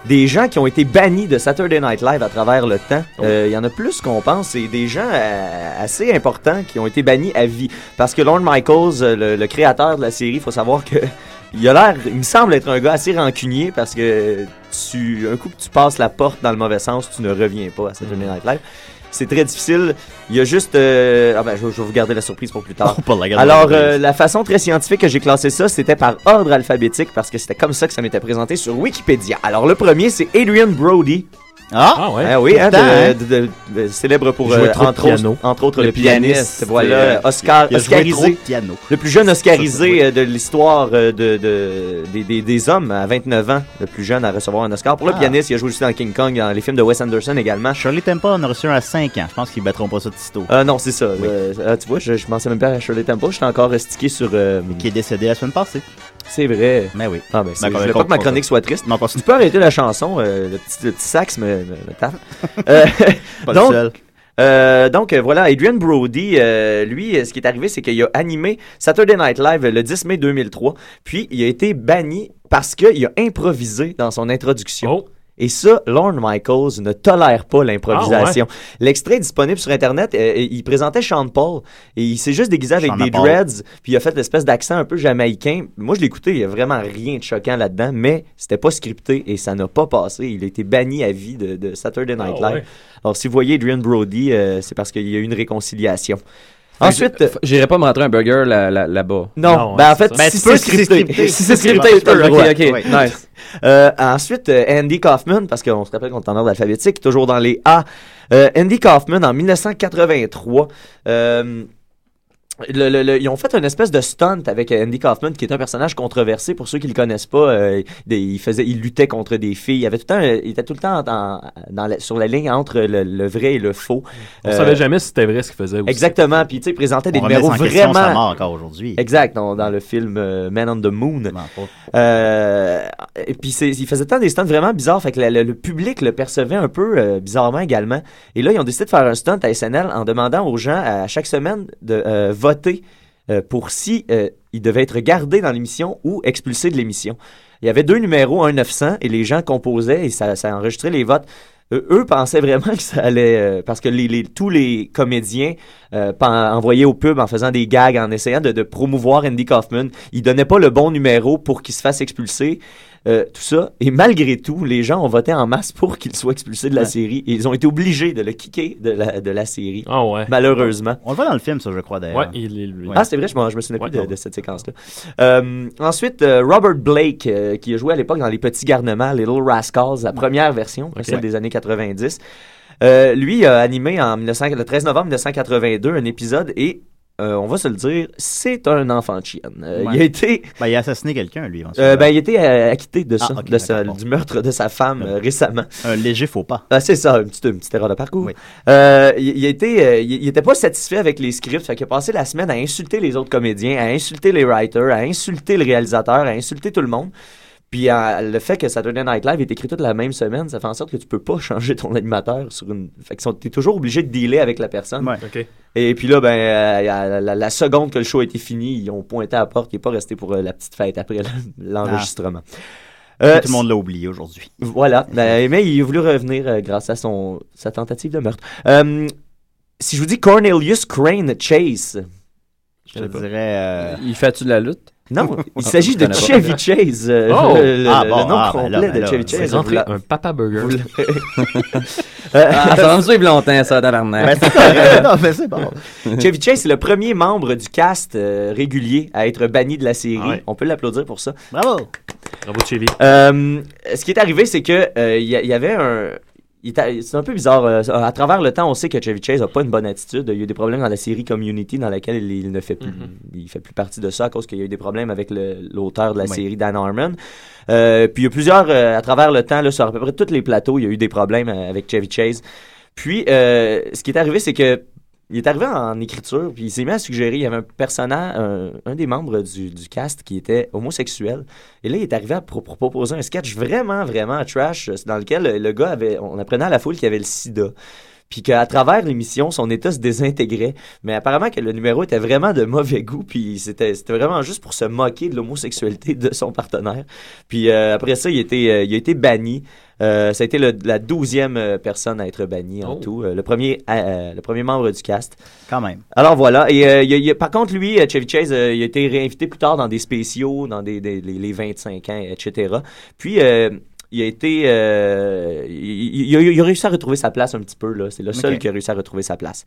Speaker 5: des gens qui ont été bannis de Saturday Night Live à travers le temps. Euh, Il y en a plus qu'on pense et des gens euh, assez importants qui ont été bannis à vie. Parce que Lorne Michaels, euh, le, le créateur de la série, il faut savoir que *laughs* il a l'air, il me semble être un gars assez rancunier parce que tu, un coup que tu passes la porte dans le mauvais sens, tu ne reviens pas à Saturday Night Live. C'est très difficile. Il y a juste, euh, ah ben, je, je vais vous garder la surprise pour plus tard.
Speaker 4: Oh, pas de la garder
Speaker 5: Ah. Alors,
Speaker 4: la surprise.
Speaker 5: euh, la façon très scientifique que j'ai classé ça, c'était par ordre alphabétique parce que c'était comme ça que ça m'était présenté sur Wikipédia. Alors, le premier, c'est Adrian Brody.
Speaker 4: Ah,
Speaker 5: ouais. oui, hein,
Speaker 4: Pourtant,
Speaker 5: de-
Speaker 4: hein.
Speaker 5: de- de- de- célèbre pour,
Speaker 4: Il jouait
Speaker 5: euh,
Speaker 4: trop de
Speaker 5: entre, autres,
Speaker 4: piano.
Speaker 5: entre autres,
Speaker 4: Le
Speaker 5: le, pianiste.
Speaker 4: pianiste,
Speaker 5: Voilà,
Speaker 4: euh,
Speaker 5: Oscar,
Speaker 4: il a joué
Speaker 5: Oscarisé.
Speaker 4: trop de piano.
Speaker 5: Le plus jeune
Speaker 4: Ça,
Speaker 5: Oscarisé euh, de l'histoire euh, de, de- des, des- des hommes à 29 ans, le plus jeune à recevoir un Oscar. Pour le
Speaker 4: Ah.
Speaker 5: pianiste, il a joué aussi dans King Kong, dans les films de Wes Anderson également.
Speaker 4: Shirley Temple en a reçu un à 5 ans. Je pense qu'ils battront pas ça de sitôt.
Speaker 5: Euh, non, c'est ça. Euh, ah, tu vois, je, je pensais même pas à Shirley Temple. J'étais encore stické sur. euh,
Speaker 4: Qui est décédé la semaine passée.
Speaker 5: C'est vrai.
Speaker 4: Mais oui.
Speaker 5: Ah, ben, c'est-
Speaker 4: Ben,
Speaker 5: je voulais
Speaker 4: qu'on-
Speaker 5: pas que ma
Speaker 4: qu'on-
Speaker 5: chronique soit triste.
Speaker 4: Non,
Speaker 5: tu peux arrêter la chanson. euh, le, petit, le petit sax me, me, me
Speaker 4: *laughs*
Speaker 5: tape. Euh,
Speaker 4: Pas le
Speaker 5: donc,
Speaker 4: seul.
Speaker 5: euh, donc euh, voilà, Adrian Brody, euh, lui, euh, ce qui est arrivé, c'est qu'il a animé Saturday Night Live le 10 mai 2003, puis il a été banni parce qu'il a improvisé dans son introduction.
Speaker 4: Oh.
Speaker 5: Et ça, Lorne Michaels ne tolère
Speaker 4: Ah,
Speaker 5: pas l'improvisation. L'extrait est disponible sur Internet, euh, et il présentait Sean Paul, et il s'est juste déguisé avec
Speaker 4: Sean
Speaker 5: des
Speaker 4: Paul.
Speaker 5: dreads, puis il a fait l'espèce d'accent un peu jamaïcain. Moi, je l'ai écouté, il y a vraiment rien de choquant là-dedans, mais c'était pas scripté, et ça n'a pas passé. Il a été banni à vie de, de Saturday Night
Speaker 6: Ah,
Speaker 5: Live.
Speaker 6: ouais.
Speaker 5: Alors, si vous voyez Adrian Brody, euh, c'est parce qu'il y a eu une réconciliation.
Speaker 6: Fait
Speaker 5: Ensuite,
Speaker 6: que J'irai pas me rentrer un burger là- là- là-bas.
Speaker 5: non, ben en fait,
Speaker 6: Ben,
Speaker 5: si c'est scripté, ben, si c'est scripté,
Speaker 6: t'as le droit.
Speaker 5: ok, ok, nice. Euh, ensuite, euh, Andy Kaufman, parce qu'on se rappelle qu'on est en ordre alphabétique, toujours dans les A. Euh, Andy Kaufman, en 1983, euh, le- le- le- ils ont fait une espèce de stunt avec Andy Kaufman, qui est un personnage controversé. Pour ceux qui le connaissent pas, euh, des- il faisait, il luttait contre des filles. Il avait tout le temps, euh, il était tout le temps en- dans la- sur la ligne entre le, le vrai et le faux.
Speaker 7: On
Speaker 5: Euh,
Speaker 7: savait jamais si c'était vrai ce qu'il faisait. aussi.
Speaker 5: Exactement. Puis tu sais, il présentait des
Speaker 4: On remet
Speaker 5: numéros
Speaker 4: ça en question,
Speaker 5: vraiment.
Speaker 4: sa mort encore aujourd'hui.
Speaker 5: Exact. Dans, dans le film euh, Man on the Moon.
Speaker 4: pas.
Speaker 5: Euh, et puis c'est- il faisait tant des stunts vraiment bizarres, fait que la- le, le public le percevait un peu euh, bizarrement également. Et là, ils ont décidé de faire un stunt à SNL en demandant aux gens à chaque semaine de euh, voter euh, pour si euh, ils devaient être gardés dans l'émission ou expulsés de l'émission. Il y avait deux numéros, un 900, et les gens composaient et ça, ça enregistrait les votes. Euh, eux pensaient vraiment *laughs* que ça allait... euh, parce que les, les- tous les comédiens euh, pen- envoyés au pub en faisant des gags, en essayant de, de promouvoir Andy Kaufman, ils donnaient pas le bon numéro pour qu'il se fasse expulser. euh, tout ça. Et malgré tout, les gens ont voté en masse pour qu'il soit expulsé de la
Speaker 4: Ouais.
Speaker 5: série. Et ils ont été obligés de le kicker de la, de la série.
Speaker 4: Ah ouais.
Speaker 5: Malheureusement.
Speaker 4: On le voit dans le film, ça, je crois, d'ailleurs.
Speaker 5: Ouais,
Speaker 4: il est...
Speaker 5: Ah, c'est vrai, je, m'en- je me souviens plus de, de cette séquence-là. Euh, ensuite, euh, Robert Blake, euh, qui a joué à l'époque dans Les Petits Garnements, Little Rascals, la première version,
Speaker 7: Ok.
Speaker 5: celle des années 90. Euh, lui a animé en 1900 le 13 novembre 1982 un épisode et, euh, on va se le dire, c'est un enfant de chienne. Euh,
Speaker 4: Ouais.
Speaker 5: Il a été...
Speaker 4: Ben, il a assassiné quelqu'un, lui.
Speaker 5: Euh, ben, il était euh, acquitté de
Speaker 4: Ah,
Speaker 5: ça,
Speaker 4: ok,
Speaker 5: de sa- du meurtre de sa femme euh, récemment.
Speaker 4: Un léger faux pas.
Speaker 5: Ah, c'est ça, une petite, une petite erreur de parcours. Euh, il, il était, euh, il, il était pas satisfait avec les scripts, fait qu'il a passé la semaine à insulter les autres comédiens, à insulter les writers, à insulter le réalisateur, à insulter tout le monde. Puis euh, le fait que Saturday Night Live est écrit toute la même semaine, ça fait en sorte que tu peux pas *laughs* changer ton animateur sur une. Fait que t'es toujours obligé de dealer avec la personne. Et puis là, ben, euh, la, la- la seconde que le show était fini, ils ont pointé à la porte, il n'est pas resté pour euh, la petite fête après *laughs* l'enregistrement.
Speaker 6: Ah.
Speaker 5: Euh,
Speaker 4: Tout le monde l'a oublié aujourd'hui.
Speaker 5: Voilà. Ben, mais il a voulu revenir euh, grâce à son, sa tentative de meurtre. Euh, si je vous dis Cornelius Crane Chase,
Speaker 4: Je te dirais... euh,
Speaker 6: Il fait-tu de la lutte? *laughs*
Speaker 5: Non, il s'agit de
Speaker 6: Je connais
Speaker 5: Chevy
Speaker 6: pas.
Speaker 5: Chase. euh,
Speaker 6: Oh!
Speaker 5: le, le-
Speaker 6: Ah,
Speaker 5: le
Speaker 6: bon,
Speaker 5: nom
Speaker 6: ah, ben
Speaker 5: complet
Speaker 6: là, ben
Speaker 5: de
Speaker 6: là,
Speaker 5: Chevy
Speaker 6: c'est
Speaker 5: Chase.
Speaker 6: rentré
Speaker 5: Vous la-
Speaker 6: un Papa Burger.
Speaker 5: Vous la- Euh,
Speaker 6: *laughs* Ah, ça va me suivre longtemps, ça, tabarnak.
Speaker 4: ben, non, mais c'est bon.
Speaker 5: *laughs* Chevy Chase est le premier membre du cast euh, régulier à être banni de la série. On peut l'applaudir pour ça.
Speaker 4: Bravo!
Speaker 7: Bravo, Chevy.
Speaker 5: Euh, ce qui est arrivé, c'est que euh, il y, a- il y avait un. il était- C'est un peu bizarre. euh, à travers le temps, on sait que Chevy Chase n'a pas une bonne attitude. Il y a eu des problèmes dans la série Community dans laquelle il, il ne fait plus, il fait plus partie de ça à cause qu'il y a eu des problèmes avec le- l'auteur de la
Speaker 4: Oui.
Speaker 5: série Dan Harmon. Euh, puis il y a plusieurs, euh, à travers le temps, là, sur à peu près tous les plateaux, il y a eu des problèmes euh, avec Chevy Chase. Puis euh, ce qui est arrivé, c'est que il est arrivé en écriture, puis il s'est mis à suggérer, il y avait un personnage, un, un des membres du, du cast qui était homosexuel. Et là, il est arrivé à pro- pro- proposer un sketch vraiment, vraiment trash, euh, dans lequel euh, le gars avait, on apprenait à la foule qu'il avait le sida. Puis qu'à travers l'émission, son état se désintégrait. Mais apparemment que le numéro était vraiment de mauvais goût, puis c'était c'était vraiment juste pour se moquer de l'homosexualité de son partenaire. Puis euh, après ça, il, était, euh, il a été banni. Euh, ça a été le- la douzième euh, personne à être bannie en
Speaker 4: Oh.
Speaker 5: tout. Euh, le, premier, euh, le premier membre du cast.
Speaker 4: Quand même.
Speaker 5: Alors voilà. Et euh, il y a- il y a- par contre, lui, euh, Chevy Chase, euh, il a été réinvité plus tard dans des spéciaux, dans des, des- les, les 25 ans, etc. Puis euh, il a été, euh, il, il- il a, il a réussi à retrouver sa place un petit peu là. C'est le seul
Speaker 4: Ok.
Speaker 5: qui a réussi à retrouver sa place.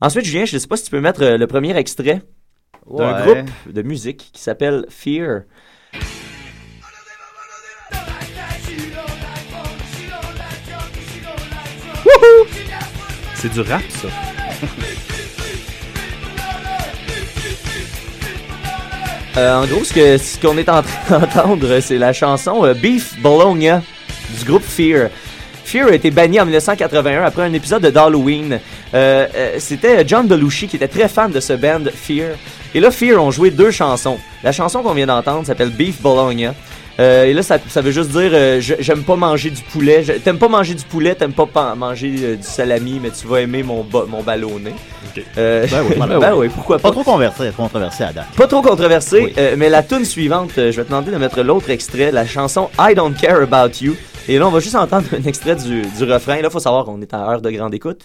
Speaker 5: Ensuite, Julien, je ne sais pas si tu peux mettre euh, le premier extrait d'un
Speaker 4: Ouais.
Speaker 5: groupe de musique qui s'appelle Fear.
Speaker 7: C'est du rap, ça.
Speaker 5: Euh, en gros, ce que- ce qu'on est en train *laughs* d'entendre, c'est la chanson euh, Beef Bologna du groupe Fear. Fear a été banni en 1981 après un épisode d'Halloween. Euh, euh, C'était John Belushi qui était très fan de ce band Fear. Et là, Fear ont joué deux chansons. La chanson qu'on vient d'entendre s'appelle Beef Bologna. Euh, et là, ça, ça veut juste dire euh, je- j'aime pas manger du poulet. Je- T'aimes pas manger du poulet, t'aimes pas pan- manger euh, du salami, mais tu vas aimer mon, ba- mon ballonné. Euh,
Speaker 4: Ben oui,
Speaker 5: *laughs* ben oui, pourquoi
Speaker 4: pas? Pas trop conversé, controversé à date.
Speaker 5: pas trop controversé, euh, mais la tune suivante, euh, je vais te demander de mettre l'autre extrait, la chanson I Don't Care About You. Et là, on va juste entendre *laughs* un extrait du, du refrain. Là, faut savoir qu'on est à heure de grande écoute.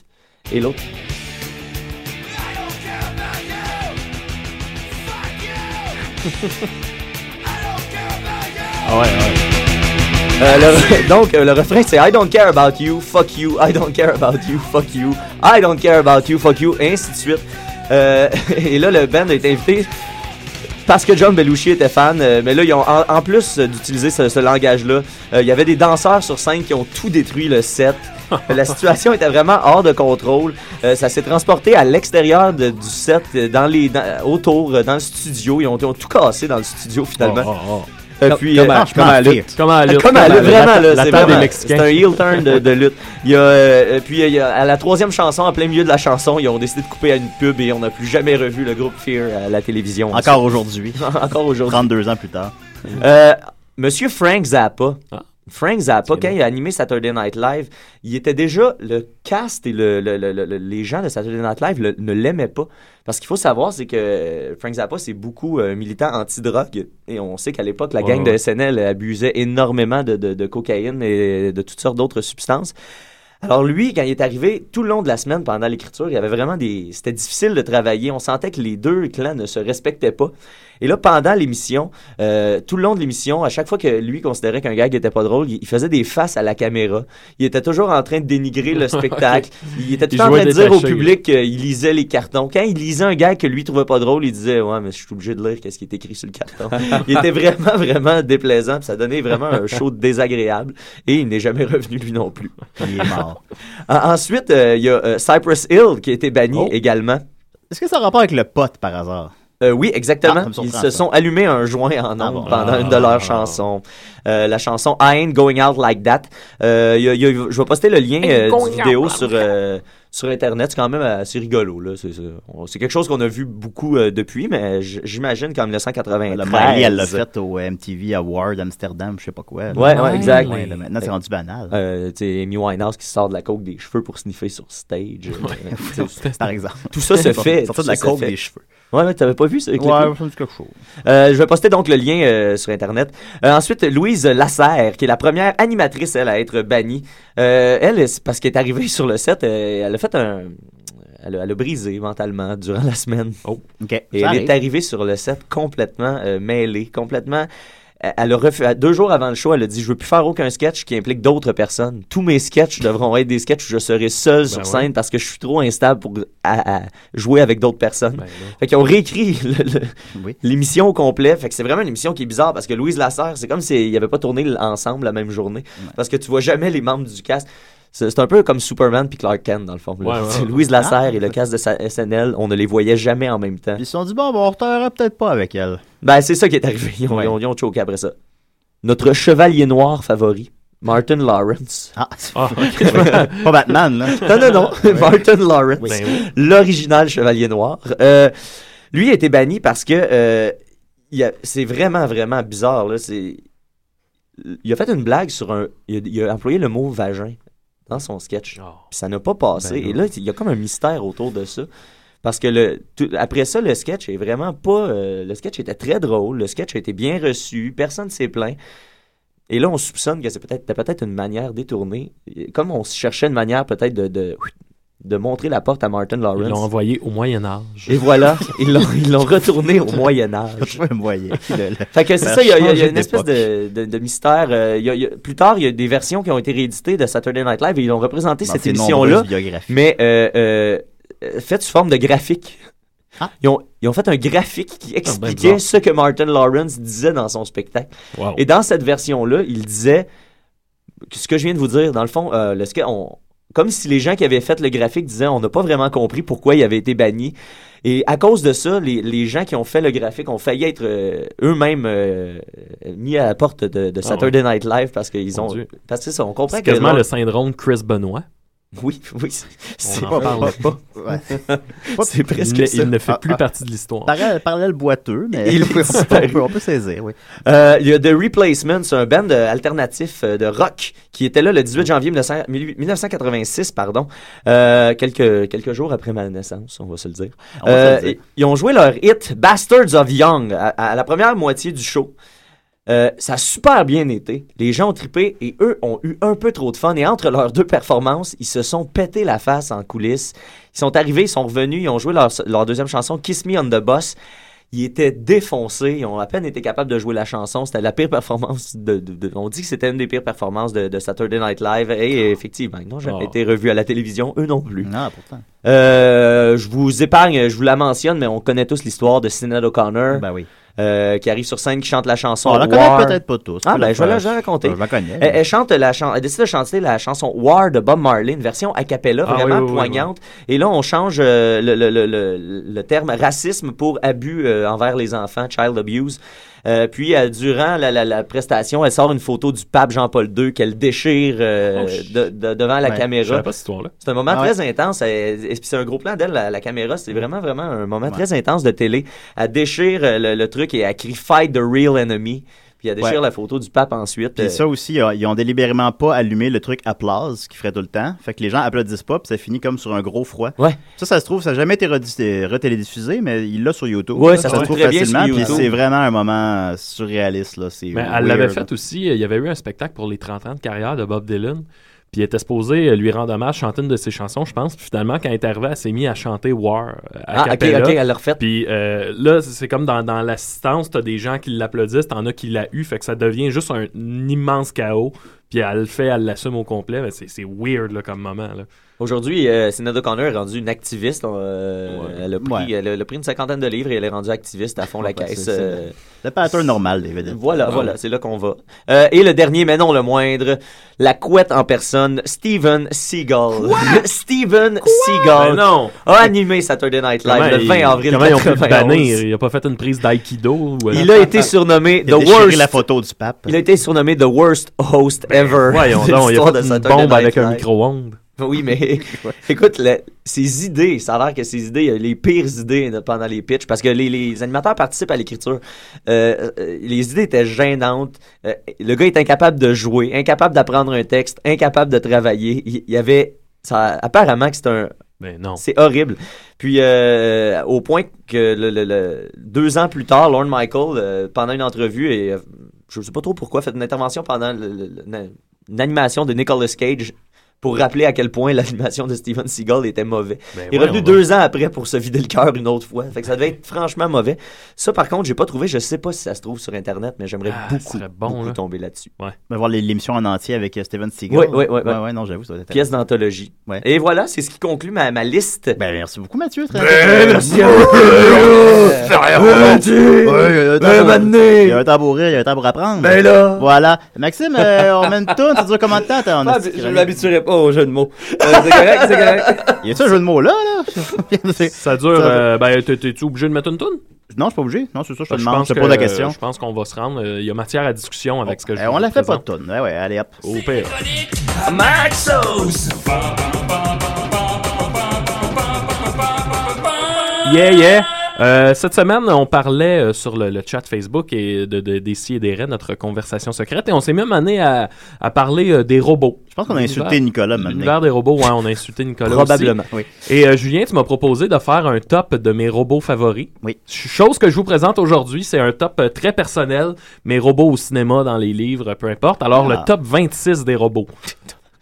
Speaker 5: Et l'autre.
Speaker 7: Ah ouais, ouais.
Speaker 5: Euh, le- *laughs* donc, euh, le refrain, c'est I don't care about you, fuck you, I don't care about you, fuck you, I don't care about you, fuck you, et ainsi de suite. Euh, *laughs* et là, le band a été invité parce que John Belushi était fan, euh, mais là, ils ont, en, en plus euh, d'utiliser ce, ce langage-là, euh, il y avait des danseurs sur scène qui ont tout détruit
Speaker 7: *laughs*
Speaker 5: le set. La situation était vraiment hors de contrôle. Euh, ça s'est transporté à l'extérieur de- du set, euh, dans les, dans- autour, euh, dans le studio. Ils ont, ils ont tout cassé dans le studio finalement.
Speaker 7: Oh, oh,
Speaker 5: Euh,
Speaker 7: Comme-
Speaker 5: puis,
Speaker 7: comme
Speaker 5: euh,
Speaker 7: à-
Speaker 5: franchement,
Speaker 7: comme à la
Speaker 5: pire.
Speaker 7: lutte. Comme à la lutte.
Speaker 5: Comme à la lutte,
Speaker 7: Comme à la-
Speaker 5: vraiment, là,
Speaker 7: la
Speaker 5: c'est
Speaker 7: table des
Speaker 5: vraiment-
Speaker 7: Mexicains.
Speaker 5: C'est un heel turn de, de lutte. Il y a, euh, euh, puis, il y a- à la troisième chanson, en plein milieu de la chanson, ils ont décidé de couper à une pub et on n'a plus jamais revu le groupe Fear à la télévision.
Speaker 4: Encore aujourd'hui.
Speaker 5: *laughs* Encore aujourd'hui.
Speaker 4: 32 ans plus tard.
Speaker 5: Euh, Monsieur Frank Zappa.
Speaker 7: Ah.
Speaker 5: Frank Zappa, quand il a animé Saturday Night Live, il était déjà le cast et le, le- le- le- les gens de Saturday Night Live le- ne l'aimaient pas. Parce qu'il faut savoir, c'est que euh, Frank Zappa, c'est beaucoup euh, militant anti-drogue. Et on sait qu'à l'époque, la
Speaker 7: Ouais,
Speaker 5: gang
Speaker 7: ouais.
Speaker 5: de SNL abusait énormément de, de- de cocaïne et de toutes sortes d'autres substances. Alors lui, quand il est arrivé, tout le long de la semaine, pendant l'écriture, il y avait vraiment des... C'était difficile de travailler. On sentait que les deux clans ne se respectaient pas. Et là, pendant l'émission, euh, tout le long de l'émission, à chaque fois que lui considérait qu'un gag était pas drôle, il, il faisait des faces à la caméra. Il était toujours en train de dénigrer
Speaker 7: *laughs*
Speaker 5: le spectacle. Il était tout
Speaker 7: Il
Speaker 5: le temps en
Speaker 7: jouait
Speaker 5: train de dire au
Speaker 7: détaché, là.
Speaker 5: public qu'il lisait les cartons. Quand il lisait un gag que lui trouvait pas drôle, il disait ouais mais je suis obligé de lire qu'est-ce qui est écrit sur
Speaker 7: *laughs*
Speaker 5: le carton. il était vraiment vraiment déplaisant. puis ça donnait vraiment un show désagréable. Et il n'est jamais revenu lui non plus.
Speaker 4: Il est mort.
Speaker 5: En- Ensuite, euh, il y a euh, Cypress Hill qui a été
Speaker 7: Oh.
Speaker 5: banni également.
Speaker 4: Est-ce que ça a rapport avec le pote par hasard?
Speaker 5: Euh, oui, exactement.
Speaker 4: Ah, ça me
Speaker 5: Ils
Speaker 4: surprend,
Speaker 5: se
Speaker 4: ça.
Speaker 5: sont allumés un joint en ondes
Speaker 4: bon.
Speaker 5: pendant
Speaker 4: Ah.
Speaker 5: une de leurs chansons. Euh, la chanson I Ain't Going Out Like That. Euh, il y a- il y a- je vais poster le lien
Speaker 7: Ain't
Speaker 5: euh,
Speaker 7: going
Speaker 5: du vidéo
Speaker 7: out
Speaker 5: sur, euh, sur Internet. C'est quand même assez rigolo. là. C'est- c'est- on- C'est quelque chose qu'on a vu beaucoup euh, depuis, mais j- j'imagine qu'en 1993.
Speaker 4: Le Miley, elle l'a fait au MTV Award Amsterdam, je sais pas quoi. là.
Speaker 5: Ouais, ouais, exact.
Speaker 4: Ouais, là, maintenant, c'est rendu banal.
Speaker 5: Euh, tu sais, Amy Winehouse qui sort de la coke des cheveux pour sniffer sur stage.
Speaker 4: *laughs*
Speaker 5: Euh, tu sais,
Speaker 4: Par exemple. *laughs*
Speaker 5: Tout ça se
Speaker 4: Sortir
Speaker 5: fait.
Speaker 4: de
Speaker 5: tout
Speaker 4: la
Speaker 5: se
Speaker 4: coke
Speaker 5: fait.
Speaker 4: des cheveux.
Speaker 5: Ouais, ouais, t'avais pas vu ça? avec le
Speaker 4: Ouais,
Speaker 5: clip?
Speaker 4: ça me dit quelque chose.
Speaker 5: Euh, je vais poster donc le lien euh, sur Internet. Euh, ensuite, Louise Lasserre, qui est la première animatrice, elle, à être bannie. Euh, elle, c'est parce qu'elle est arrivée *laughs* sur le set, euh, elle a fait un... Elle a, elle a brisé mentalement durant la semaine.
Speaker 7: Oh,
Speaker 4: OK. Ça
Speaker 5: Et elle
Speaker 4: arrive.
Speaker 5: est arrivée sur le set complètement euh, mêlée, complètement... elle- Elle a refusé, deux jours avant le show, elle a dit Je veux plus faire aucun sketch qui implique d'autres personnes. Tous mes sketchs devront être des sketchs où je serai
Speaker 4: Ben
Speaker 5: seul sur
Speaker 7: ouais.
Speaker 5: scène parce que je suis trop instable pour à- à jouer avec d'autres personnes.
Speaker 4: Ben
Speaker 5: fait qu'ils ont réécrit le- le- l'émission au complet. Fait que c'est vraiment une émission qui est bizarre parce que Louise Lasserre, c'est comme s'ils n'avaient pas tourné l- ensemble la même journée parce que tu vois jamais les membres du cast. C'est c'est un peu comme Superman puis Clark Kent dans le fond. là.
Speaker 4: Ouais, ouais,
Speaker 5: C'est
Speaker 4: ouais. Ah.
Speaker 5: Louise Lasserre et le cast de sa- SNL, on ne les voyait jamais en même temps.
Speaker 4: Ils se sont dit, bon, ben, on retirera peut-être pas avec elle.
Speaker 5: Ben, c'est ça qui est arrivé. Ils ont, ils ont- ils ont choqué après ça. Notre chevalier noir favori, Martin Lawrence.
Speaker 4: Ah, Pas Batman, là.
Speaker 5: Non, non, non.
Speaker 4: Ouais.
Speaker 5: *laughs* Martin Lawrence,
Speaker 4: *laughs* Ben oui.
Speaker 5: l'original chevalier noir. Euh, lui a été banni parce que euh, il a- c'est vraiment, vraiment bizarre. Là. C'est- Il a fait une blague sur un. Il a, il a employé le mot vagin dans son sketch. Puis ça n'a pas passé.
Speaker 7: Ah. Ben non.
Speaker 5: Et là, il y a comme un mystère autour de ça. Parce que le, tout- après ça, le sketch est vraiment pas. euh, le sketch était très drôle. Le sketch a été bien reçu. Personne ne s'est plaint. Et là, on soupçonne que c'est peut-être c'était peut-être une manière détournée. Comme on cherchait une manière peut-être de, de, de montrer la porte à Martin Lawrence.
Speaker 7: Ils l'ont envoyé au Moyen-Âge.
Speaker 5: Et voilà, *laughs* ils l'ont, ils l'ont retourné au Moyen Âge. *laughs* Fait que c'est ça, il y a, il y a- il y a une espèce de, de- de mystère. euh, il y a- il y a- plus tard, il y a des versions qui ont été rééditées de Saturday Night Live et ils ont représenté
Speaker 4: Dans
Speaker 5: cette
Speaker 4: ses
Speaker 5: émission-là,
Speaker 4: nombreuses biographies.
Speaker 5: mais euh, euh, euh, faite sous forme de graphique. Ils, ont, ils ont fait un graphique qui expliquait
Speaker 7: bizarre.
Speaker 5: ce que Martin Lawrence disait dans son spectacle.
Speaker 7: Wow.
Speaker 5: Et dans cette version-là, il disait ce que je viens de vous dire, dans le fond, euh, le ska- on- comme si les gens qui avaient fait le graphique disaient on n'a pas vraiment compris pourquoi il avait été banni. Et à cause de ça, les, les gens qui ont fait le graphique ont failli être euh, eux-mêmes euh, mis à la porte de, de
Speaker 7: Ah
Speaker 5: Saturday Night Live parce qu'ils
Speaker 7: Mon
Speaker 5: ont.
Speaker 7: Dieu.
Speaker 5: Parce que c'est ça, on comprend
Speaker 7: C'est
Speaker 5: que.
Speaker 7: quasiment
Speaker 5: non-
Speaker 7: le syndrome de Chris Benoit.
Speaker 5: Oui, oui. c'est- C'est
Speaker 7: en parle.
Speaker 5: *laughs* C'est presque
Speaker 7: Il ne-
Speaker 5: ça.
Speaker 7: Il ne fait
Speaker 5: Ah,
Speaker 7: plus
Speaker 5: ah.
Speaker 7: partie de l'histoire.
Speaker 4: Parallèle, parallèle boiteux, mais *laughs*
Speaker 5: Il
Speaker 4: on, peut, on
Speaker 5: disparaît.
Speaker 4: peut- on peut saisir, oui.
Speaker 5: Euh, il y a The Replacements, un band euh, alternatif euh, de rock qui était là le
Speaker 7: Mm.
Speaker 5: 18 janvier 1900 1986, pardon, euh, quelques, quelques jours après ma naissance, on va se le dire.
Speaker 4: On va se le
Speaker 5: Euh,
Speaker 4: dire.
Speaker 5: et- Ils ont joué leur hit Bastards of Young à, à la première moitié du show. Euh, ça a super bien été. Les gens ont trippé et eux ont eu un peu trop de fun. Et entre leurs deux performances, ils se sont pété la face en coulisses. Ils sont arrivés, ils sont revenus, ils ont joué leur, leur deuxième chanson, Kiss Me on the Boss. Ils étaient défoncés, ils ont à peine été capables de jouer la chanson. C'était la pire performance de, de- de- On dit que c'était une des pires performances de, de Saturday Night Live.
Speaker 4: Ah.
Speaker 5: Et effectivement, ils n'ont jamais
Speaker 7: Oh.
Speaker 5: été revus à la télévision, eux non plus.
Speaker 4: Non, Ah, pourtant.
Speaker 5: Euh, je vous épargne, je vous la mentionne, mais on connaît tous l'histoire de Sinead O'Connor.
Speaker 4: Ben oui.
Speaker 5: Euh, qui arrive sur scène, qui chante la chanson.
Speaker 4: On la
Speaker 5: War.
Speaker 4: connaît peut-être pas tous.
Speaker 5: Ah,
Speaker 4: Tu peux
Speaker 5: ben,
Speaker 4: la
Speaker 5: je vais la,
Speaker 4: faire.
Speaker 5: Eh, je vais la raconter.
Speaker 4: Je la connais.
Speaker 5: Elle, elle chante la chan- elle décide de chanter la chanson War de Bob Marley, une version a cappella
Speaker 7: Ah,
Speaker 5: vraiment
Speaker 7: oui, oui, oui,
Speaker 5: poignante. Et là, on change euh, le, le- le- le- le terme racisme pour abus euh, envers les enfants, child abuse. Euh, puis, euh, durant la, la- la prestation, elle sort une photo du pape Jean-Paul II qu'elle déchire euh,
Speaker 7: Oh, shit.
Speaker 5: de- de- devant la
Speaker 7: Ouais,
Speaker 5: caméra.
Speaker 7: je savais pas cette histoire-là.
Speaker 5: C'est un moment
Speaker 7: Ah ouais. Mm-hmm.
Speaker 5: très intense. Elle- et puis c'est un gros plan d'elle, la, la caméra. C'est vraiment, vraiment un moment très intense de télé. Elle déchire euh, le, le truc et elle crie Fight the real enemy. Puis elle déchire
Speaker 4: Ouais.
Speaker 5: la photo du pape ensuite. Euh,
Speaker 4: Puis ça aussi, euh, ils ont délibérément pas allumé le truc applause qu'ils ferait tout le temps. Fait que les gens applaudissent pas, puis ça finit comme sur un gros froid.
Speaker 5: Ouais.
Speaker 4: Ça, ça se trouve, ça n'a jamais été redis- retélédiffusé, mais il l'a sur YouTube.
Speaker 5: Ouais, ça se
Speaker 4: se
Speaker 5: trouve
Speaker 4: trouve
Speaker 5: très bien
Speaker 4: facilement,
Speaker 5: sur
Speaker 4: puis
Speaker 5: YouTube.
Speaker 4: c'est vraiment un moment euh, surréaliste, là. C'est
Speaker 7: Mais elle
Speaker 4: weird,
Speaker 7: l'avait
Speaker 4: là.
Speaker 7: fait aussi. euh, Il y avait eu un spectacle pour les 30 ans de carrière de Bob Dylan. Puis il était supposé euh, lui rendre hommage, chanter une de ses chansons, je pense. Puis finalement, quand elle est arrivée, elle s'est mise à chanter War. euh, à
Speaker 5: Ah, ok,
Speaker 7: cappella.
Speaker 5: ok, elle l'a refaite.
Speaker 7: Puis euh, là, c'est comme dans, dans l'assistance, t'as des gens qui l'applaudissent, t'en as qui l'a eu, fait que ça devient juste un, immense chaos. Puis elle le fait, elle l'assume au complet, mais c'est c'est weird là, comme moment. Là.
Speaker 5: Aujourd'hui, euh, Sinéad O'Connor est rendue une activiste. euh, elle, a pris, elle a- elle a pris une cinquantaine de livres et elle est rendue activiste à fond la
Speaker 4: ben,
Speaker 5: caisse.
Speaker 4: c'est-
Speaker 5: euh,
Speaker 4: c'est le- le pattern normal des vedettes.
Speaker 5: Voilà,
Speaker 4: Ouais.
Speaker 5: voilà, c'est là qu'on va. Euh, et le dernier, mais non le moindre, la couette en personne, Steven Seagal. Le *laughs* Steven
Speaker 7: Ben
Speaker 5: Seagal
Speaker 7: non.
Speaker 5: a animé Saturday Night Live
Speaker 7: Comment
Speaker 5: le 20
Speaker 7: ils-
Speaker 5: avril
Speaker 7: Comment ils ont pu le
Speaker 5: 91.
Speaker 7: bannir? Il a pas fait une prise d'aïkido. ou- euh,
Speaker 5: Il a été surnommé The Worst.
Speaker 4: du pape.
Speaker 5: Il a été surnommé The Worst Host Ever. *laughs*
Speaker 7: voyons donc,
Speaker 5: de
Speaker 7: il a
Speaker 5: l'histoire
Speaker 7: fait
Speaker 5: de
Speaker 7: une
Speaker 5: Saturday
Speaker 7: bombe
Speaker 5: Night
Speaker 7: avec un
Speaker 5: Live.
Speaker 7: micro-ondes.
Speaker 5: Oui, *laughs* mais écoute, le- ses idées, ça a l'air que ses idées, il a eu les pires idées de- pendant les pitchs, parce que les, les animateurs participent à l'écriture. Euh, euh, les idées étaient gênantes. Euh, le gars est incapable de jouer, incapable d'apprendre un texte, incapable de travailler. Il, il y avait, ça, apparemment que c'est un,
Speaker 7: Ben non.
Speaker 5: c'est horrible. Puis, euh, au point que le- le- le- deux ans plus tard, Lorne Michael, euh, pendant une entrevue, et euh, je ne sais pas trop pourquoi, fait une intervention pendant le- le- le- na- une animation de Nicolas Cage pour rappeler à quel point *laughs* l'animation de Steven Seagal était mauvais.
Speaker 7: Ben
Speaker 5: Il est
Speaker 7: voyons
Speaker 5: revenu
Speaker 7: donc.
Speaker 5: deux ans après pour se vider le cœur une autre fois. Fait que ça devait être franchement mauvais. Ça, par contre, j'ai pas trouvé. Je sais pas si ça se trouve sur Internet, mais j'aimerais
Speaker 4: Ah,
Speaker 5: beaucoup,
Speaker 4: ça serait bon,
Speaker 5: beaucoup
Speaker 4: là.
Speaker 5: tomber là-dessus.
Speaker 4: On va voir les- l'émission en entier avec euh, Steven Seagal.
Speaker 5: Oui, oui, oui, oui.
Speaker 4: Ouais, ouais, non, j'avoue, ça doit être
Speaker 5: Pièce d'anthologie.
Speaker 4: Ouais.
Speaker 5: Et voilà, c'est ce qui conclut ma, ma liste.
Speaker 4: Ben, merci beaucoup, Mathieu. Très
Speaker 5: merci à vous. Euh, Mathieu.
Speaker 7: euh,
Speaker 5: Ben,
Speaker 4: Il y a un temps pour rire, il y a un temps pour apprendre.
Speaker 5: Ben là.
Speaker 4: Voilà. Maxime, euh, on mène une tourne. Ça dure combien de temps? t'as- on a-
Speaker 5: Je ne m'habituerai pas au jeu de mots. Euh, c'est correct, c'est correct.
Speaker 4: Y a-tu un jeu de mots là, *laughs* là?
Speaker 7: Ça dure. euh, ben, t'es- t'es-tu obligé de mettre une toune?
Speaker 4: Non, je suis pas obligé. Non, c'est ça, je te
Speaker 7: Ben,
Speaker 4: demande.
Speaker 7: pense
Speaker 4: Je te
Speaker 7: que-
Speaker 4: pose la question.
Speaker 7: Je pense qu'on va se rendre. euh, Il y a matière à discussion avec ce que je Oh.
Speaker 4: Eh, on la fait pas de
Speaker 7: toune.
Speaker 4: Ouais, ouais, allez hop.
Speaker 7: Au pire.
Speaker 10: Maxos!
Speaker 7: Yeah, yeah. Euh, cette semaine, on parlait euh, sur le, le chat Facebook et de, de- des si et des raies, notre conversation secrète, et on s'est même amené à, à parler euh, des robots. Je pense
Speaker 4: qu'on a insulté Nicolas maintenant.
Speaker 7: L'univers des robots, ouais, on a insulté Nicolas
Speaker 4: Probablement,
Speaker 7: aussi.
Speaker 4: oui.
Speaker 7: Et euh, Julien, tu m'as proposé de faire un top de mes robots favoris. Oui. Chose que je vous présente aujourd'hui, c'est un top euh, très personnel, mes robots au cinéma, dans les livres, peu importe. Alors,
Speaker 5: Ah.
Speaker 7: le top 26 des robots.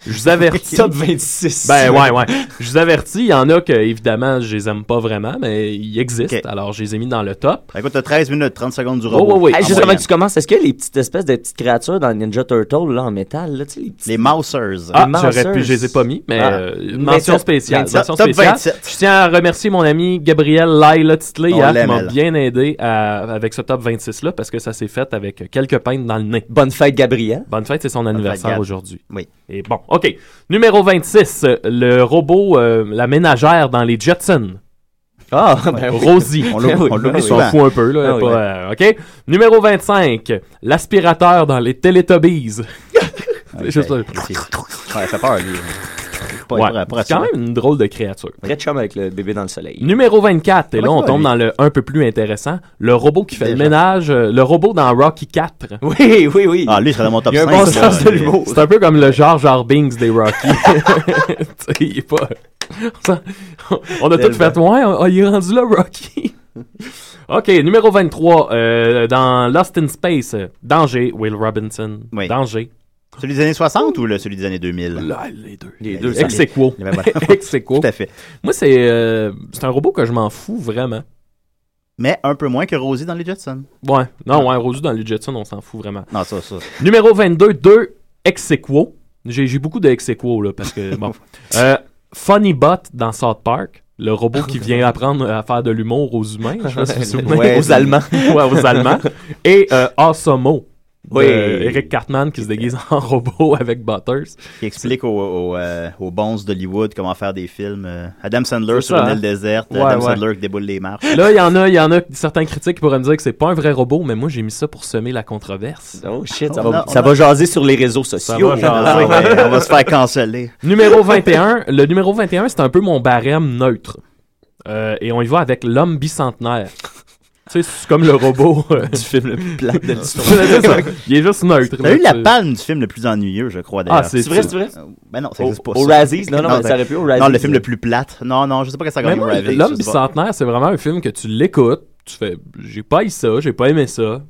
Speaker 7: Je vous avertis.
Speaker 5: *laughs* Top 26.
Speaker 7: Ben ouais, ouais. Je vous avertis, il y en a que, évidemment, je les aime pas vraiment, mais ils existent. Alors, je les ai mis dans le top.
Speaker 4: Ben, Écoute, t'as 13 minutes, 30 secondes du Ah,
Speaker 7: Oh, oui, oui.
Speaker 5: Hey, juste avant que Ah, tu commences, est-ce que les petites espèces de petites créatures dans Ninja Turtle là, en métal, là, tu sais, les petites...
Speaker 4: Les Mousers.
Speaker 7: Ah, j'aurais pu, je les ai pas mis,
Speaker 5: Ah.
Speaker 7: mais euh, mention spéciale. mention spéciale. Je tiens à remercier mon ami Gabriel Laila Titley
Speaker 4: On
Speaker 7: hier, qui
Speaker 4: l'aime,
Speaker 7: m'a
Speaker 4: elle.
Speaker 7: bien aidé à- avec ce top 26-là parce que ça s'est fait avec quelques peintes dans le nez.
Speaker 5: Bonne fête, Gabriel.
Speaker 7: Bonne fête, c'est son anniversaire
Speaker 4: Gab.
Speaker 7: aujourd'hui.
Speaker 4: Oui.
Speaker 7: Et bon, OK. Numéro 26, euh, le robot, euh, la ménagère dans les Jetsons.
Speaker 5: Ah,
Speaker 4: ben oui.
Speaker 7: Rosie.
Speaker 4: On l'oublie- on l'oublie
Speaker 7: On s'en
Speaker 4: souvent.
Speaker 7: fout un peu, là.
Speaker 4: Ah oui,
Speaker 7: pas, euh, OK. Numéro 25, l'aspirateur dans les Teletubbies. *laughs* C'est juste euh, là.
Speaker 4: Ouais, fait peur, lui. Pas-
Speaker 7: Ouais.
Speaker 4: pas- pas
Speaker 7: C'est quand
Speaker 4: rassurant.
Speaker 7: même une drôle de créature.
Speaker 5: Très chum avec le bébé dans le soleil.
Speaker 7: Numéro 24, et là
Speaker 5: Comment
Speaker 7: on
Speaker 5: ça va,
Speaker 7: tombe
Speaker 5: lui?
Speaker 7: dans le un peu plus intéressant, le robot qui fait le
Speaker 5: Déjà.
Speaker 7: ménage, euh, le robot dans Rocky 4.
Speaker 5: Oui, oui, oui.
Speaker 4: Ah, lui, il serait dans mon top
Speaker 5: Il y a
Speaker 4: 5.
Speaker 5: un bon sens de l'humour.
Speaker 7: C'est un peu comme le Jar Jar Binks des Rocky. Tu sais, il est pas... On a tout
Speaker 5: Tellement.
Speaker 7: fait, ouais, on- il est rendu là, Rocky. OK, numéro 23, euh, dans Lost in Space, euh, Danger, Will Robinson. Danger.
Speaker 4: Celui des années 60 ou le, celui des années 2000?
Speaker 7: les deux.
Speaker 4: Les
Speaker 7: deux, ex aequo.
Speaker 4: Ben voilà.
Speaker 7: Ex aequo.
Speaker 4: Tout à fait.
Speaker 7: Moi, c'est euh, c'est un robot que je m'en fous vraiment.
Speaker 4: Mais un peu moins que Rosie dans les Jetsons.
Speaker 7: Ouais, non, ouais, Rosie dans les Jetsons, on s'en fout vraiment.
Speaker 4: Non, ça, ça.
Speaker 7: Numéro 22, 2 ex aequo. J'ai j'ai beaucoup de ex aequo, là, parce que,
Speaker 5: *laughs*
Speaker 7: bon. Euh, Funny Bot dans South Park, le robot
Speaker 5: *laughs*
Speaker 7: qui vient apprendre à faire de l'humour aux humains. Je sais pas si vous vous souvenez.
Speaker 5: Ouais, aux Allemands.
Speaker 7: *laughs* ouais, aux Allemands. Et euh, Awesomeo. *laughs* de
Speaker 5: Oui.
Speaker 4: Euh,
Speaker 7: Eric Cartman qui se déguise en robot avec Butters.
Speaker 4: Qui explique aux, aux, euh, aux bons d'Hollywood comment faire des films. euh, Adam Sandler
Speaker 7: C'est
Speaker 4: sur
Speaker 7: ça,
Speaker 4: une
Speaker 7: hein?
Speaker 4: île déserte,
Speaker 7: Ouais,
Speaker 4: Adam
Speaker 7: ouais.
Speaker 4: Sandler qui déboule les marches.
Speaker 7: Là, il y en a, il y en a certains critiques qui pourraient me dire que c'est pas un vrai robot, mais moi j'ai mis ça pour semer la controverse.
Speaker 5: Oh shit,
Speaker 4: ça
Speaker 5: ça,
Speaker 4: On va-
Speaker 5: va,
Speaker 4: a- on ça a- va
Speaker 5: jaser sur les réseaux sociaux.
Speaker 7: Ça va jaser. Ah ouais,
Speaker 4: on va se faire canceller.
Speaker 7: Numéro 21. le numéro 21, c'est un peu mon barème neutre. Euh, et on y va avec l'homme bicentenaire. tu sais, c'est comme le robot euh,
Speaker 4: *laughs*
Speaker 5: du film le plus plat de
Speaker 7: *laughs* C'est ça. Il est juste neutre.
Speaker 4: T'as eu la
Speaker 7: Tu-
Speaker 4: palme du film le plus ennuyeux, je crois, d'ailleurs.
Speaker 7: Ah, c'est- C'est
Speaker 5: vrai, c'est vrai?
Speaker 4: Euh, Ben non, ça existe
Speaker 5: Au-
Speaker 4: pas.
Speaker 5: au
Speaker 4: ça.
Speaker 5: Razzies? Non, non, mais
Speaker 4: ben-
Speaker 5: ça aurait pu au euh, Razzies.
Speaker 4: Non, le film le plus plate. Non, non, je sais pas que ça
Speaker 7: Mais
Speaker 4: gagne au
Speaker 7: moi,
Speaker 4: Razzies.
Speaker 7: L'homme
Speaker 4: je sais pas.
Speaker 7: bicentenaire, c'est vraiment un film que tu l'écoutes, tu fais j'ai pas eu ça, j'ai pas aimé ça.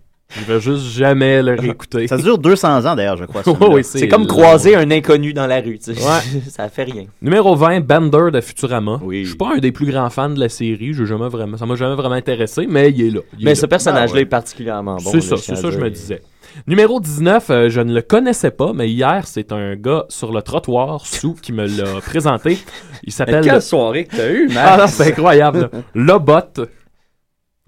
Speaker 7: Je vais juste jamais le réécouter.
Speaker 4: Ça dure 200 ans d'ailleurs,
Speaker 7: *laughs*
Speaker 4: je crois. ce
Speaker 7: Oui,
Speaker 4: film-là.
Speaker 7: Oh, oui, c'est-
Speaker 5: C'est comme croiser un inconnu dans la rue, tu sais.
Speaker 7: Ouais.
Speaker 5: *laughs* ça fait rien.
Speaker 7: Numéro 20, Bender de Futurama. Je suis pas un des plus grands fans de la série. J'ai jamais vraiment, ça m'a jamais vraiment intéressé, mais il est là. Il
Speaker 5: Mais
Speaker 7: est
Speaker 5: ce
Speaker 7: là.
Speaker 5: personnage-là est particulièrement bon,
Speaker 7: C'est
Speaker 5: là,
Speaker 7: ça,
Speaker 5: je
Speaker 7: c'est
Speaker 5: tiens à
Speaker 7: ça que je
Speaker 5: dire.
Speaker 7: me disais. Numéro 19, euh, je ne le connaissais pas, mais hier, c'est un gars sur le trottoir sous qui me
Speaker 5: *laughs*
Speaker 7: l'a présenté. Il s'appelle.
Speaker 6: quelle soirée que t'as eue, Max?
Speaker 7: Ah non, c'est incroyable. là. Lobot.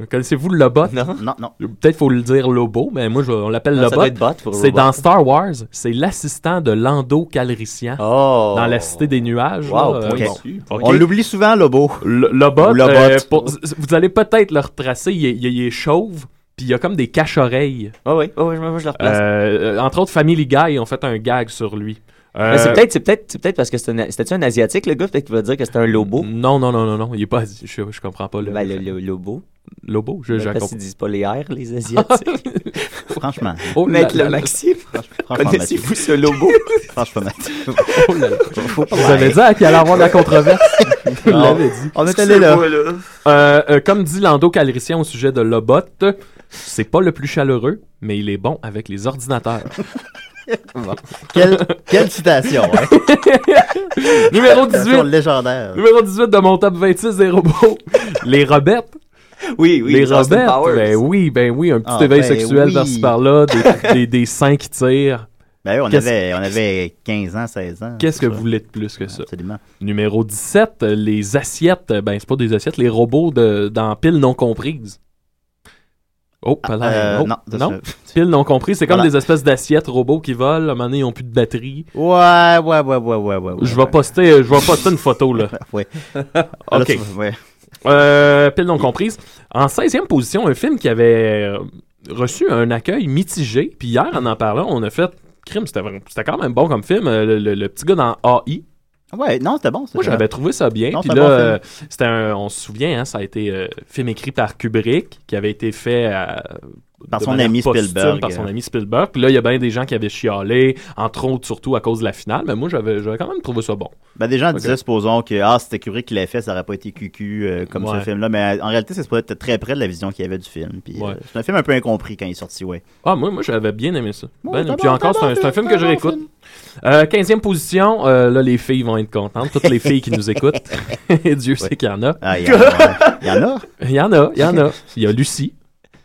Speaker 7: Connaissez-vous Lobot? Non.
Speaker 4: Non, non.
Speaker 7: Peut-être faut le dire Lobo, mais moi, je- on l'appelle
Speaker 5: Non, ça
Speaker 7: Lobot.
Speaker 5: doit être Bot pour
Speaker 7: C'est
Speaker 5: Robot.
Speaker 7: dans Star Wars. C'est l'assistant de Lando Calrissian
Speaker 5: Oh.
Speaker 7: dans la Cité des Nuages.
Speaker 4: Wow,
Speaker 7: là.
Speaker 4: point
Speaker 7: Euh,
Speaker 4: dessus,
Speaker 7: bon.
Speaker 4: point On
Speaker 7: Ok.
Speaker 4: l'oublie souvent, Lobo.
Speaker 7: Lobot,
Speaker 4: Ou Lobot.
Speaker 7: euh, *laughs* pour- vous allez peut-être le retracer. Il est, il est- il est chauve, puis il a comme des caches-oreilles.
Speaker 5: Ah oui, ah oui, je- moi, je le replace.
Speaker 7: Euh, euh, entre autres, Family Guy ont fait un gag sur lui. Euh,
Speaker 5: Mais Ben, c'est peut-être c'est peut-être- c'est peut-être parce que c'est un- c'était-tu un Asiatique, le gars? Peut-être qu'il va dire que c'était un Lobo.
Speaker 7: Non, non, non, non, non. Il est pas. asi- Je, je comprends pas. Le,
Speaker 5: Ben, le, le Lobo.
Speaker 7: Lobo, je, *laughs*
Speaker 5: Ben,
Speaker 7: je
Speaker 5: parce
Speaker 7: comprends.
Speaker 5: qu'ils disent pas les R,
Speaker 7: *laughs*
Speaker 5: les Asiatiques.
Speaker 4: Franchement.
Speaker 7: Oh là
Speaker 5: Mec,
Speaker 7: là
Speaker 5: le
Speaker 7: là.
Speaker 5: Maxime, Ah,
Speaker 4: Franchement,
Speaker 5: connaissez-vous
Speaker 4: Mathieu.
Speaker 7: *laughs*
Speaker 5: ben, ce Lobo?
Speaker 4: Franchement, Mathieu.
Speaker 7: Oh là là. Vous avez dit qu'il allait avoir de la controverse. Vous
Speaker 4: Non.
Speaker 7: l'avez dit.
Speaker 4: On est allé là.
Speaker 7: Euh, euh, comme dit Lando Calrissian au sujet de Lobot, c'est pas le plus chaleureux, mais il est bon avec les
Speaker 5: *laughs*
Speaker 7: ordinateurs.
Speaker 4: Bon. Quelle,
Speaker 7: *laughs*
Speaker 4: quelle citation, hein?
Speaker 7: Numéro 18.
Speaker 4: Citation légendaire.
Speaker 7: Numéro 18 de mon top 26 des
Speaker 4: *laughs*
Speaker 7: robots. les robettes.
Speaker 5: Oui, oui,
Speaker 7: les
Speaker 5: les Austin
Speaker 7: robettes.
Speaker 5: Powers.
Speaker 7: Ben oui, ben oui, un petit
Speaker 4: Ah,
Speaker 7: éveil
Speaker 4: ben
Speaker 7: sexuel
Speaker 4: oui.
Speaker 7: par-ci
Speaker 4: *laughs*
Speaker 7: par-là, des, des, des seins qui tirent.
Speaker 4: Ben oui, on
Speaker 7: Qu'est-ce-
Speaker 4: avait, on avait 15 ans, 16 ans.
Speaker 7: Qu'est-ce que vous voulez de plus que ça?
Speaker 4: Absolument.
Speaker 7: Numéro 17, euh, les assiettes. Euh, Ben, c'est pas des assiettes, les robots de, dans piles non comprises. Oh, pas
Speaker 4: euh,
Speaker 7: là. oh,
Speaker 4: non, ça,
Speaker 7: non. Piles non comprises, c'est comme
Speaker 4: Voilà.
Speaker 7: des espèces d'assiettes robots qui volent. À un moment donné, ils n'ont plus de batterie.
Speaker 4: Ouais, ouais, ouais, ouais, ouais, ouais.
Speaker 7: Je vais poster, euh, je vais poster une photo,
Speaker 4: *laughs*
Speaker 7: là.
Speaker 4: Oui.
Speaker 7: OK. Euh, pile non comprise. En 16e position, un film qui avait euh, reçu un accueil mitigé. Puis hier, en en parlant, on a fait. Crime, c'était vraiment- c'était quand même bon comme film. Euh, Le, le- le petit gars dans AI.
Speaker 4: Ouais, non, c'était bon.
Speaker 7: Moi, j'avais trouvé Ben, ça bien.
Speaker 4: Non,
Speaker 7: Puis
Speaker 4: c'est un
Speaker 7: là,
Speaker 4: bon film.
Speaker 7: euh, c'était un- on se souvient, hein, ça a été euh, film écrit par Kubrick, qui avait été fait à-
Speaker 4: Par
Speaker 7: de
Speaker 4: son
Speaker 7: manière
Speaker 4: ami
Speaker 7: posthume
Speaker 4: Spielberg.
Speaker 7: Par son ami Spielberg. Puis là, il y a bien des gens qui avaient chialé, entre autres, surtout à cause de la finale. Mais moi, j'avais j'avais quand même trouvé ça bon.
Speaker 4: Ben, des gens
Speaker 7: Ok.
Speaker 4: disaient, supposons que ah, c'était Kubrick qui l'avait fait, ça aurait pas été cucu euh, comme
Speaker 7: Ouais.
Speaker 4: ce film-là. Mais euh, en réalité, c'est supposé être très près de la vision qu'il y avait du film. Puis, euh,
Speaker 7: Ouais.
Speaker 4: c'est un film un peu incompris quand il est sorti, ouais.
Speaker 7: Ah, moi, moi j'avais bien aimé ça.
Speaker 4: Ouais,
Speaker 7: Ben,
Speaker 4: c'est un
Speaker 7: puis
Speaker 4: bon-
Speaker 7: encore,
Speaker 4: c'est
Speaker 7: c'est
Speaker 4: un
Speaker 7: un,
Speaker 4: bon
Speaker 7: c'est un film
Speaker 4: film,
Speaker 7: que je
Speaker 4: c'est un bon
Speaker 7: réécoute. Euh, 15e position, euh, là, les filles vont être contentes. Toutes les filles qui nous écoutent. Dieu sait qu'il y en a.
Speaker 4: Ah, il y en a. Il y en a.
Speaker 7: *laughs* Il y en a, il y en a. Il y a Lucie.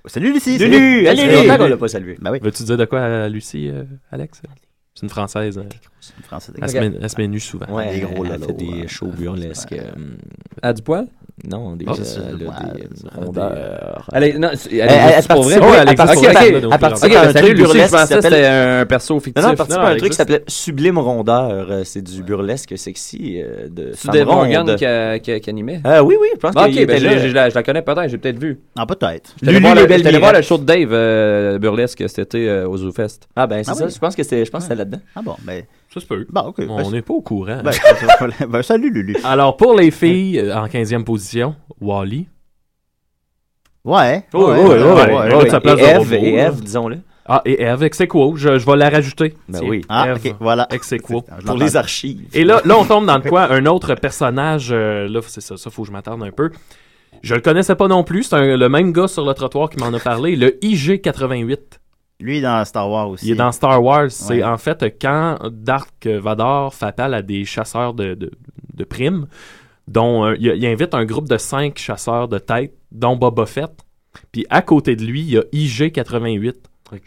Speaker 4: Salut Lucie! salut.
Speaker 5: Lulu! Salut,
Speaker 4: Salut.
Speaker 5: Lulu! On l'a pas salué.
Speaker 4: Ben oui,
Speaker 7: Veux-tu dire de quoi à Lucie, euh, Alex C'est une Française. euh,
Speaker 4: c'est une Française.
Speaker 7: Elle se met- elle se met nue souvent.
Speaker 5: Ouais,
Speaker 4: Des gros
Speaker 5: elle fait
Speaker 4: lolos,
Speaker 5: des
Speaker 4: ouais.
Speaker 5: shows burlesques. euh,
Speaker 6: À du poil?
Speaker 5: Non, des,
Speaker 7: Oh,
Speaker 5: euh,
Speaker 7: c'est-
Speaker 5: là, des,
Speaker 4: Ah, ouais,
Speaker 5: euh,
Speaker 4: c'est-
Speaker 5: rondeurs.
Speaker 6: Allez, non, c'est- allez,
Speaker 5: Elle- elle-
Speaker 6: c'est
Speaker 5: elle
Speaker 6: pour vrai.
Speaker 5: participe-
Speaker 7: Ouais,
Speaker 5: elle
Speaker 7: Alex,
Speaker 5: participe-
Speaker 7: ok,
Speaker 5: elle-
Speaker 7: ok,
Speaker 5: elle
Speaker 7: donc,
Speaker 5: participe
Speaker 6: Ok,
Speaker 5: à un
Speaker 6: salut,
Speaker 5: truc
Speaker 6: Lucie, je
Speaker 5: burlesque qui
Speaker 6: pensais que c'était
Speaker 5: s'appelle-
Speaker 6: un perso fictif.
Speaker 5: Non, non, elle participe à
Speaker 7: Non,
Speaker 5: un
Speaker 7: non,
Speaker 5: truc qui
Speaker 7: existe.
Speaker 5: s'appelait Sublime Rondeur. euh, C'est du burlesque sexy euh, de
Speaker 6: C'est
Speaker 5: femme
Speaker 6: Dave
Speaker 5: ronde.
Speaker 6: Morgan qui, a- qui a- qui animait.
Speaker 5: Ah oui, oui, je pense
Speaker 6: Ah,
Speaker 5: qu'il
Speaker 6: ok, ben
Speaker 5: était
Speaker 6: je,
Speaker 5: là.
Speaker 6: je- je la, je la connais peut-être, j'ai peut-être vu.
Speaker 4: Ah, peut-être.
Speaker 6: J'étais allé
Speaker 5: Lulu,
Speaker 6: voir, le-
Speaker 5: les belles
Speaker 6: j'étais allé voir le
Speaker 5: mirettes.
Speaker 6: show de Dave euh, Burlesque cet été euh, au ZooFest.
Speaker 5: Ah ben c'est
Speaker 4: Ah
Speaker 5: ça,
Speaker 4: oui.
Speaker 5: je pense que c'était je pense que c'était là-dedans.
Speaker 4: Ah bon, ben.
Speaker 7: Ça se peut.
Speaker 4: Bon, ok. Ben,
Speaker 7: On n'est pas au courant. Ah.
Speaker 4: ben, *laughs* ben, ben, salut Lulu.
Speaker 7: Alors, pour les filles, euh, en 15e position, Wally.
Speaker 4: Ouais.
Speaker 5: Oh,
Speaker 4: ouais,
Speaker 5: oh,
Speaker 4: ouais, ouais,
Speaker 5: oh,
Speaker 7: ouais,
Speaker 4: ouais.
Speaker 7: ouais. sa place
Speaker 5: Et
Speaker 7: de
Speaker 5: Eve,
Speaker 7: robot,
Speaker 5: et
Speaker 7: là.
Speaker 5: Eve, disons-le.
Speaker 7: Ah, et Eve, ex aequo, je, je vais la rajouter.
Speaker 5: Ben
Speaker 7: Tiens,
Speaker 5: oui.
Speaker 4: Ah,
Speaker 7: Eve,
Speaker 4: ok, voilà.
Speaker 7: ex aequo.
Speaker 4: Je
Speaker 5: Pour
Speaker 4: l'entends.
Speaker 5: les archives.
Speaker 7: Et là, là, on tombe dans de quoi? Un autre personnage, euh, là, c'est ça, ça, faut que je m'attarde un peu. Je le connaissais pas non plus, c'est un- le même gars sur le trottoir qui m'en a parlé, le IG-88.
Speaker 4: Lui dans Star Wars aussi.
Speaker 7: Il est dans Star Wars. C'est
Speaker 4: Ouais.
Speaker 7: en fait euh, quand Dark Vador fait appel à des chasseurs de, de, de primes, dont euh, il, il invite un groupe de cinq chasseurs de tête, dont Boba Fett. Puis à côté de lui, il y a IG-88.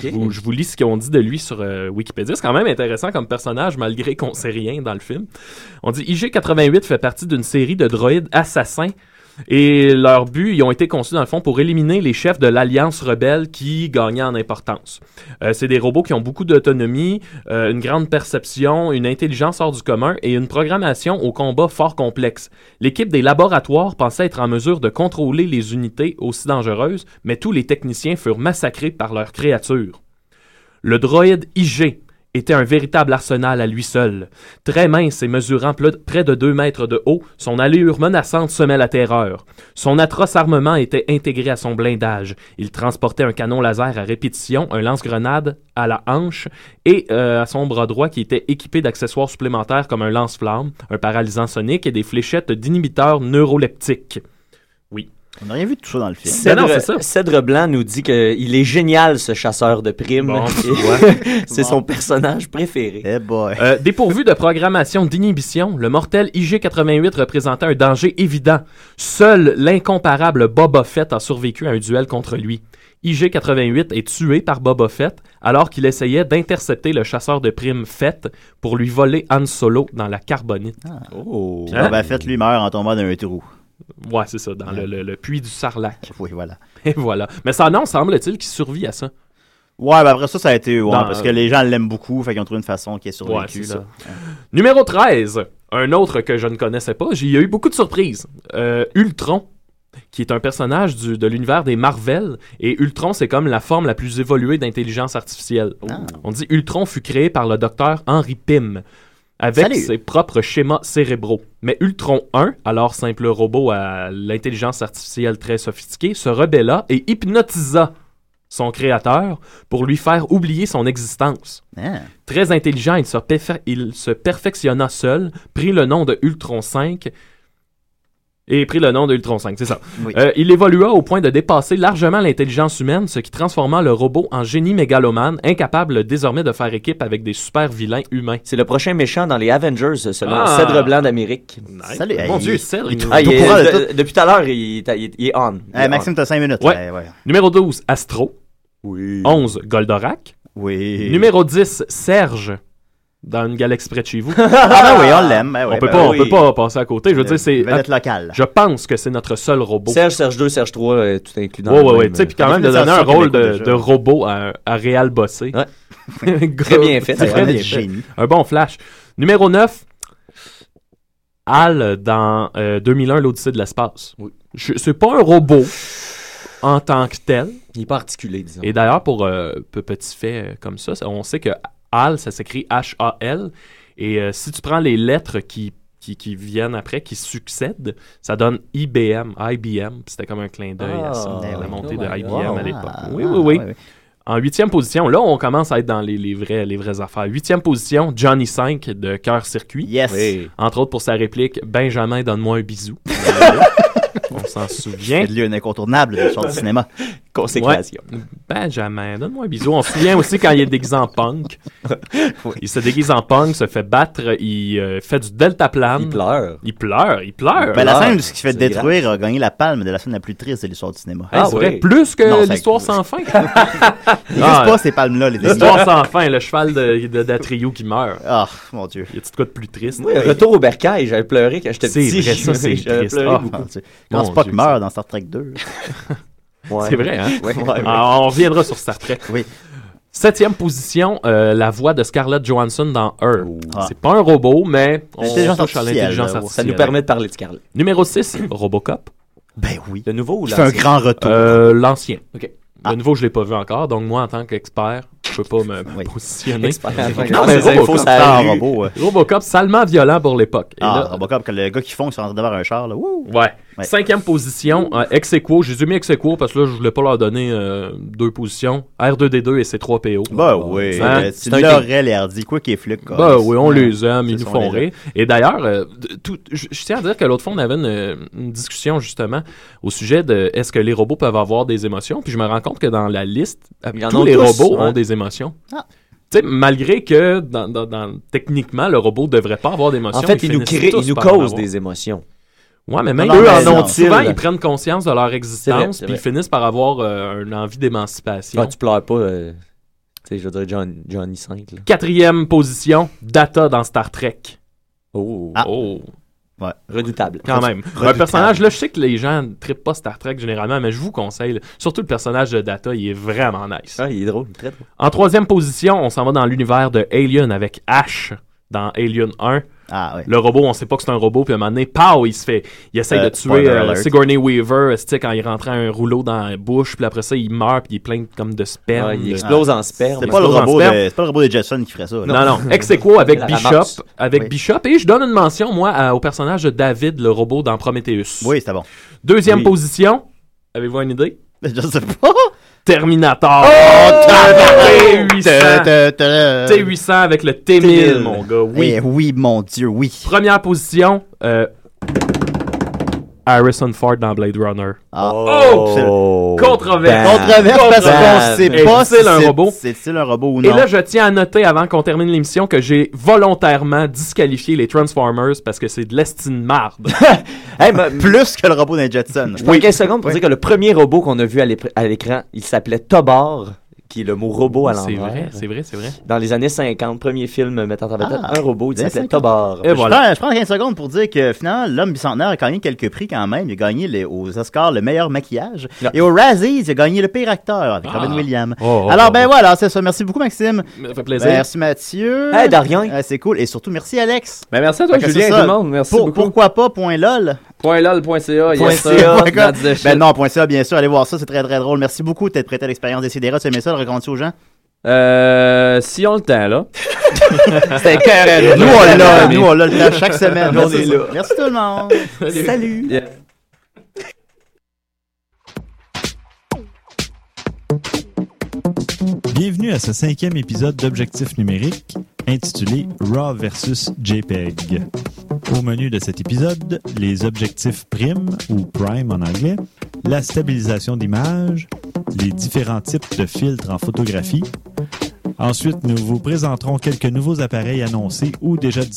Speaker 7: Je, vous, je vous lis ce qu'ils ont dit de lui sur euh, Wikipédia. C'est quand même intéressant comme personnage, malgré qu'on sait rien dans le film. On dit IG-88 fait partie d'une série de droïdes assassins et leur but, ils ont été conçus dans le fond pour éliminer les chefs de l'Alliance rebelle qui gagnaient en importance. Euh, c'est des robots qui ont beaucoup d'autonomie, euh, une grande perception, une intelligence hors du commun et une programmation au combat fort complexe. L'équipe des laboratoires pensait être en mesure de contrôler les unités aussi dangereuses, mais tous les techniciens furent massacrés par leurs créatures. Le droïde IG était un véritable arsenal à lui seul. Très mince et mesurant ple- près de deux mètres de haut, son allure menaçante semait la terreur. Son atroce armement était intégré à son blindage. Il transportait un canon laser à répétition, un lance-grenade à la hanche et euh, à son bras droit qui était équipé d'accessoires supplémentaires comme un lance-flamme, un paralysant sonique et des fléchettes d'inhibiteurs neuroleptiques. Oui.
Speaker 4: On n'a rien vu de tout ça dans le film.
Speaker 7: Ben
Speaker 5: Cèdre, Cèdre Blanc nous dit qu'il est génial, ce chasseur de primes.
Speaker 7: Bon, tu
Speaker 5: Et
Speaker 7: vois.
Speaker 5: *laughs* c'est son personnage préféré.
Speaker 4: Eh
Speaker 7: Euh, dépourvu de programmation d'inhibition, le mortel IG-88 représentait un danger évident. Seul l'incomparable Boba Fett a survécu à un duel contre lui. IG-88 est tué par Boba Fett alors qu'il essayait d'intercepter le chasseur de primes Fett pour lui voler Han Solo dans la carbonite.
Speaker 4: Oh.
Speaker 7: Hein?
Speaker 4: Boba Fett, lui, meurt en tombant d'un trou. *laughs*
Speaker 7: Ouais, c'est ça, dans le, le- le puits du Sarlac. *laughs*
Speaker 4: Oui, voilà.
Speaker 7: Et voilà. Mais ça annonce, semble-t-il, qu'il survit à ça.
Speaker 4: Ouais, ben après ça, ça a été. ouais,
Speaker 7: Dans-
Speaker 4: parce que les gens l'aiment beaucoup, fait qu'ils ont trouvé une façon qui est survécu.
Speaker 7: Ouais, c'est
Speaker 4: là.
Speaker 7: ça. Numéro 13, un autre que je ne connaissais pas, j'y ai eu beaucoup de surprises. Euh, Ultron, qui est un personnage du- de l'univers des Marvel, et Ultron, c'est comme la forme la plus évoluée d'intelligence artificielle. On dit Ultron fut créé par le docteur Henry Pym. Avec
Speaker 4: Salut.
Speaker 7: ses propres schémas cérébraux. Mais Ultron 1, alors simple robot à l'intelligence artificielle très sophistiquée, se rebella et hypnotisa son créateur pour lui faire oublier son existence.
Speaker 4: Ah.
Speaker 7: Très intelligent, il se, perfe- il se perfectionna seul, prit le nom de Ultron 5 et prit le nom de Ultron 5, c'est ça.
Speaker 4: Oui.
Speaker 7: Euh, il évolua au point de dépasser largement l'intelligence humaine, ce qui transforma le robot en génie mégalomane, incapable désormais de faire équipe avec des super vilains humains.
Speaker 5: C'est le prochain méchant dans les Avengers, selon
Speaker 7: Ah.
Speaker 5: Cèdre Blanc d'Amérique. Ah,
Speaker 4: Salut,
Speaker 7: Mon
Speaker 4: hey,
Speaker 7: Dieu,
Speaker 4: il-
Speaker 7: Cèdre,
Speaker 4: il
Speaker 7: il
Speaker 4: trouve
Speaker 7: nous-
Speaker 4: tout
Speaker 7: il est-
Speaker 4: courant de
Speaker 5: De- depuis tout à l'heure, il, est- il est- il est on. Il
Speaker 4: Hey,
Speaker 5: est
Speaker 4: Eh, Maxime,
Speaker 5: on.
Speaker 4: t'as 5 minutes.
Speaker 7: Ouais.
Speaker 4: Hey, ouais.
Speaker 7: Numéro 12, Astro. 11, Goldorak.
Speaker 4: Oui.
Speaker 7: Numéro 10, Serge. Dans une galaxie près de chez vous.
Speaker 4: Ah, ben oui, on l'aime. Ben oui,
Speaker 7: on peut
Speaker 4: ben
Speaker 7: pas,
Speaker 4: oui.
Speaker 7: on peut pas passer à côté. Je veux dire, c'est.
Speaker 4: Vedette locale.
Speaker 7: Je pense que c'est notre seul robot.
Speaker 5: Serge, Serge 2, Serge 3, euh, tout inclus dans
Speaker 7: Ouais,
Speaker 5: le
Speaker 7: ouais,
Speaker 5: même,
Speaker 7: ouais. Tu sais, puis quand
Speaker 5: euh,
Speaker 7: même, de donner un
Speaker 5: définition
Speaker 7: rôle de,
Speaker 5: québécoise,
Speaker 7: de
Speaker 5: déjà.
Speaker 7: robot à, à Réal Bossé. *laughs*
Speaker 5: Très bien fait,
Speaker 7: Très
Speaker 5: d'ailleurs.
Speaker 7: bien
Speaker 5: Du
Speaker 7: fait.
Speaker 5: génie.
Speaker 7: Un bon flash. Numéro 9, Al dans euh, 2001, l'Odyssée de l'espace. Je- C'est pas un robot en tant que tel.
Speaker 5: Il est pas articulé, disons.
Speaker 7: Et d'ailleurs, pour euh, pe- petit fait euh, comme ça, ça- on sait que Al, ça s'écrit H-A-L. Et euh, si tu prends les lettres qui, qui, qui viennent après, qui succèdent, ça donne IBM, IBM. Puis C'était comme un clin d'œil à ça,
Speaker 5: Ah,
Speaker 7: la
Speaker 5: oui.
Speaker 7: montée
Speaker 5: Oh
Speaker 7: de
Speaker 5: my
Speaker 7: IBM
Speaker 5: God.
Speaker 7: à l'époque.
Speaker 5: Ah,
Speaker 7: oui,
Speaker 5: ah,
Speaker 7: oui, oui.
Speaker 5: oui, oui.
Speaker 7: En huitième position, là, on commence à être dans les, les, vrais, les vraies affaires. Huitième position, Johnny 5 de Cœur Circuit.
Speaker 4: Yes. Oui.
Speaker 7: Entre autres pour sa réplique, Benjamin, donne-moi un bisou.
Speaker 5: *laughs*
Speaker 7: on s'en souvient.
Speaker 4: C'est de lui un incontournable de
Speaker 7: *laughs*
Speaker 4: l'histoire du cinéma.
Speaker 5: Consécration.
Speaker 7: Ouais. Benjamin, donne-moi un bisou. On se souvient aussi quand il est déguisé en
Speaker 5: *laughs*
Speaker 7: punk. Il se déguise en punk, se fait battre, il euh, fait du deltaplane. Il
Speaker 5: pleure.
Speaker 7: Il pleure, il pleure.
Speaker 4: Ben, la scène de ce qui se fait
Speaker 7: Ah, C'est
Speaker 4: détruire a gagné la palme de la scène la plus triste de l'histoire du cinéma.
Speaker 7: Hey, c'est Ah, vrai, plus
Speaker 4: Non,
Speaker 7: que
Speaker 4: ça-
Speaker 7: l'histoire sans fin.
Speaker 4: Il reste
Speaker 7: Ah,
Speaker 4: pas ces palmes-là, les
Speaker 7: L'histoire sans fin, le cheval de, de- d'Atriou qui meurt.
Speaker 4: Ah, mon Dieu.
Speaker 7: Y a-tu de quoi de plus triste?
Speaker 5: Moi, retour au bercail, j'avais pleuré quand j'étais
Speaker 7: C'est
Speaker 5: petit. *laughs*
Speaker 7: vrai, ça, c'est
Speaker 5: J'avais
Speaker 7: triste.
Speaker 5: pleuré
Speaker 7: Ah,
Speaker 5: beaucoup.
Speaker 7: mon Dieu.
Speaker 4: Quand
Speaker 7: Mon
Speaker 4: Spock
Speaker 7: Dieu,
Speaker 4: meurt dans Star
Speaker 7: *laughs*
Speaker 4: Trek 2.
Speaker 7: C'est vrai, hein?
Speaker 5: Ouais, ouais, ouais.
Speaker 7: Ah, on reviendra sur Star Trek. Septième position, euh, la voix de Scarlett Johansson dans Her. Ah. C'est pas un robot, mais on
Speaker 5: L'intelligence
Speaker 7: touche à
Speaker 5: artificielle,
Speaker 7: l'intelligence
Speaker 5: là, ouais.
Speaker 7: artificielle.
Speaker 5: Ça nous permet de parler de Scarlett.
Speaker 7: Numéro 6, Robocop.
Speaker 4: Ben oui.
Speaker 5: De nouveau ou
Speaker 7: C'est
Speaker 5: l'ancien?
Speaker 7: Euh, l'ancien.
Speaker 5: OK.
Speaker 7: De nouveau, je l'ai pas vu encore, donc moi, en tant qu'expert, je peux pas me me positionner.
Speaker 4: Expert.
Speaker 7: non, mais
Speaker 4: Ces Euh, infos,
Speaker 7: Robocop,
Speaker 4: ça a eu.
Speaker 7: Robocop, salement violent pour l'époque. Et
Speaker 4: Ah,
Speaker 7: là,
Speaker 4: Robocop, que le gars qui fonce est en train d'avoir un char, là. Wouh!
Speaker 7: Ouais.
Speaker 4: Ouais.
Speaker 7: Cinquième position, euh, ex aequo. J'ai dû mis ex aequo parce que là, je voulais pas leur donner euh, deux positions. R2D2 et C3PO.
Speaker 4: Bah oui,
Speaker 7: Hein?
Speaker 4: euh, tu
Speaker 7: un
Speaker 4: l'aurais, les hardy, quoi qu'il flippe.
Speaker 5: Ah,
Speaker 4: quoi.
Speaker 7: bah oui, on
Speaker 4: Ouais.
Speaker 7: les aime, ils
Speaker 4: C'est
Speaker 7: nous
Speaker 4: ça,
Speaker 7: font
Speaker 4: on les aime.
Speaker 7: rire. Et d'ailleurs, euh, de- tout- je je tiens à dire que l'autre fois, on avait une, euh, une discussion justement au sujet de est-ce que les robots peuvent avoir des émotions. Puis je me rends compte que dans la liste, euh,
Speaker 5: en
Speaker 7: tous
Speaker 5: ont
Speaker 7: les
Speaker 5: tous,
Speaker 7: robots
Speaker 5: ouais.
Speaker 7: ont des émotions.
Speaker 4: Ah.
Speaker 7: Tu sais, malgré que dans- dans- dans- techniquement, le robot devrait pas avoir d'émotions.
Speaker 5: En fait, ils nous,
Speaker 7: finissent
Speaker 5: créent,
Speaker 7: tous
Speaker 5: ils nous
Speaker 7: par en
Speaker 5: causent
Speaker 7: avoir.
Speaker 5: des émotions.
Speaker 7: Ouais, mais même
Speaker 5: Eux
Speaker 7: eux
Speaker 5: en
Speaker 7: en
Speaker 5: ont-ils?
Speaker 7: Souvent, ils prennent conscience de leur existence,
Speaker 5: c'est
Speaker 7: puis ils
Speaker 5: vrai.
Speaker 7: finissent par avoir euh, une envie d'émancipation.
Speaker 5: Quand tu pleures pas, euh, tu sais, je dirais John, Johnny 5. Là.
Speaker 7: Quatrième position, Data dans Star Trek.
Speaker 5: Oh.
Speaker 7: Oh.
Speaker 5: Redoutable.
Speaker 7: Quand même. Un personnage, là, je sais que les gens ne trippent pas Star Trek généralement, mais je vous conseille. là, Surtout le personnage de Data, il est vraiment nice.
Speaker 5: Ah, il est drôle, très drôle.
Speaker 7: En troisième position, on s'en va dans l'univers de Alien avec Ash dans Alien 1.
Speaker 4: Ah,
Speaker 7: Le robot, on sait pas que c'est un robot, puis à un moment donné, pow, il se fait. Il essaye
Speaker 4: Euh,
Speaker 7: de tuer
Speaker 4: spoiler
Speaker 7: euh,
Speaker 4: alert.
Speaker 7: Sigourney Weaver, tu sais, quand il rentre un rouleau dans la bouche, puis après ça, il meurt, puis il est plein de- comme de
Speaker 4: Ah,
Speaker 7: sperme.
Speaker 5: Ouais, il explose en sperme.
Speaker 4: C'est
Speaker 7: Il
Speaker 4: pas, le
Speaker 7: explose en
Speaker 4: robot de-
Speaker 7: sperme.
Speaker 4: c'est pas le robot de Jetson qui ferait ça. là.
Speaker 7: Non, non. Ex aequo avec
Speaker 4: La ramasse.
Speaker 7: Bishop. Avec
Speaker 4: Oui.
Speaker 7: Bishop. Et je donne une mention, moi, à- au personnage de David, le robot dans Prometheus.
Speaker 4: Oui, c'était bon. *laughs*
Speaker 7: Deuxième position. Avez-vous une idée?
Speaker 4: Je sais pas.
Speaker 7: Terminator.
Speaker 4: Oh, Ta-
Speaker 7: T800.
Speaker 4: ta- ta-
Speaker 7: T800 avec le T1000, mon gars. Oui.
Speaker 4: Eh oui, mon Dieu, oui.
Speaker 7: Première position. euh,
Speaker 11: Harrison Ford dans Blade Runner.
Speaker 4: Ah. Oh!
Speaker 11: Controverse!
Speaker 4: Controverse parce qu'on sait
Speaker 11: Controverse.
Speaker 4: pas si
Speaker 11: Est-il un
Speaker 4: c'est-
Speaker 11: robot.
Speaker 4: C'est-il un robot ou
Speaker 11: Et
Speaker 4: non?
Speaker 11: là, je tiens à noter avant qu'on termine l'émission que j'ai volontairement disqualifié les Transformers parce que c'est de l'estime marde.
Speaker 4: Plus que le robot d'un Jetson.
Speaker 5: Je prends 15 secondes pour dire que le premier robot qu'on a vu à l'ép- à l'écran, il s'appelait Tobar, qui est le mot robot à
Speaker 11: C'est
Speaker 5: l'envers.
Speaker 11: vrai, c'est vrai, c'est vrai.
Speaker 5: Dans les années 50, premier film mettant en vedette
Speaker 4: Ah,
Speaker 5: un robot, il
Speaker 4: bien
Speaker 5: s'appelait
Speaker 4: 50.
Speaker 5: Tobar.
Speaker 4: je, prends, je prends 15 secondes pour dire que finalement, l'homme bicentenaire a gagné quelques prix quand même. Il a gagné les- aux Oscars le meilleur maquillage. Et aux Razzies, il a gagné le pire acteur avec
Speaker 5: Ah.
Speaker 4: Robin Williams.
Speaker 5: Oh, oh,
Speaker 4: Alors,
Speaker 5: oh,
Speaker 4: ben voilà, c'est ça. Merci beaucoup, Maxime.
Speaker 11: Ça fait plaisir.
Speaker 4: Merci, Mathieu.
Speaker 5: Hey, de rien.
Speaker 4: Euh, c'est cool. Et surtout, merci, Alex.
Speaker 6: Ben, merci à toi,
Speaker 4: Fait que
Speaker 6: Julien,
Speaker 4: c'est
Speaker 6: et
Speaker 4: ça.
Speaker 6: tout le monde. Merci
Speaker 4: Pour-
Speaker 6: beaucoup.
Speaker 4: Pourquoi pas, point lol.
Speaker 6: Point lol.ca, yes
Speaker 4: Point .ca,
Speaker 6: sir, that's
Speaker 4: point
Speaker 6: the
Speaker 4: com.
Speaker 6: shit.
Speaker 4: Ben non, point .ca, bien sûr. Allez voir ça, c'est très, très drôle. Merci beaucoup d'être prêté à l'expérience des CDR. Tu aimais ça, le racontes aux gens?
Speaker 6: Euh, si on le temps,
Speaker 4: *laughs*
Speaker 6: là.
Speaker 4: C'était carré. Nous, on l'a, nous, on l'a le temps chaque semaine. *laughs*
Speaker 6: Nous, on est
Speaker 4: Merci,
Speaker 6: là.
Speaker 4: Merci tout le monde.
Speaker 6: Salut.
Speaker 4: Salut.
Speaker 6: Yeah.
Speaker 7: Bienvenue à ce cinquième épisode d'Objectif numérique intitulé RAW versus JPEG. Au menu de cet épisode, les objectifs prime ou prime en anglais, la stabilisation d'image, les différents types de filtres en photographie. Ensuite, nous vous présenterons quelques nouveaux appareils annoncés ou déjà disponibles.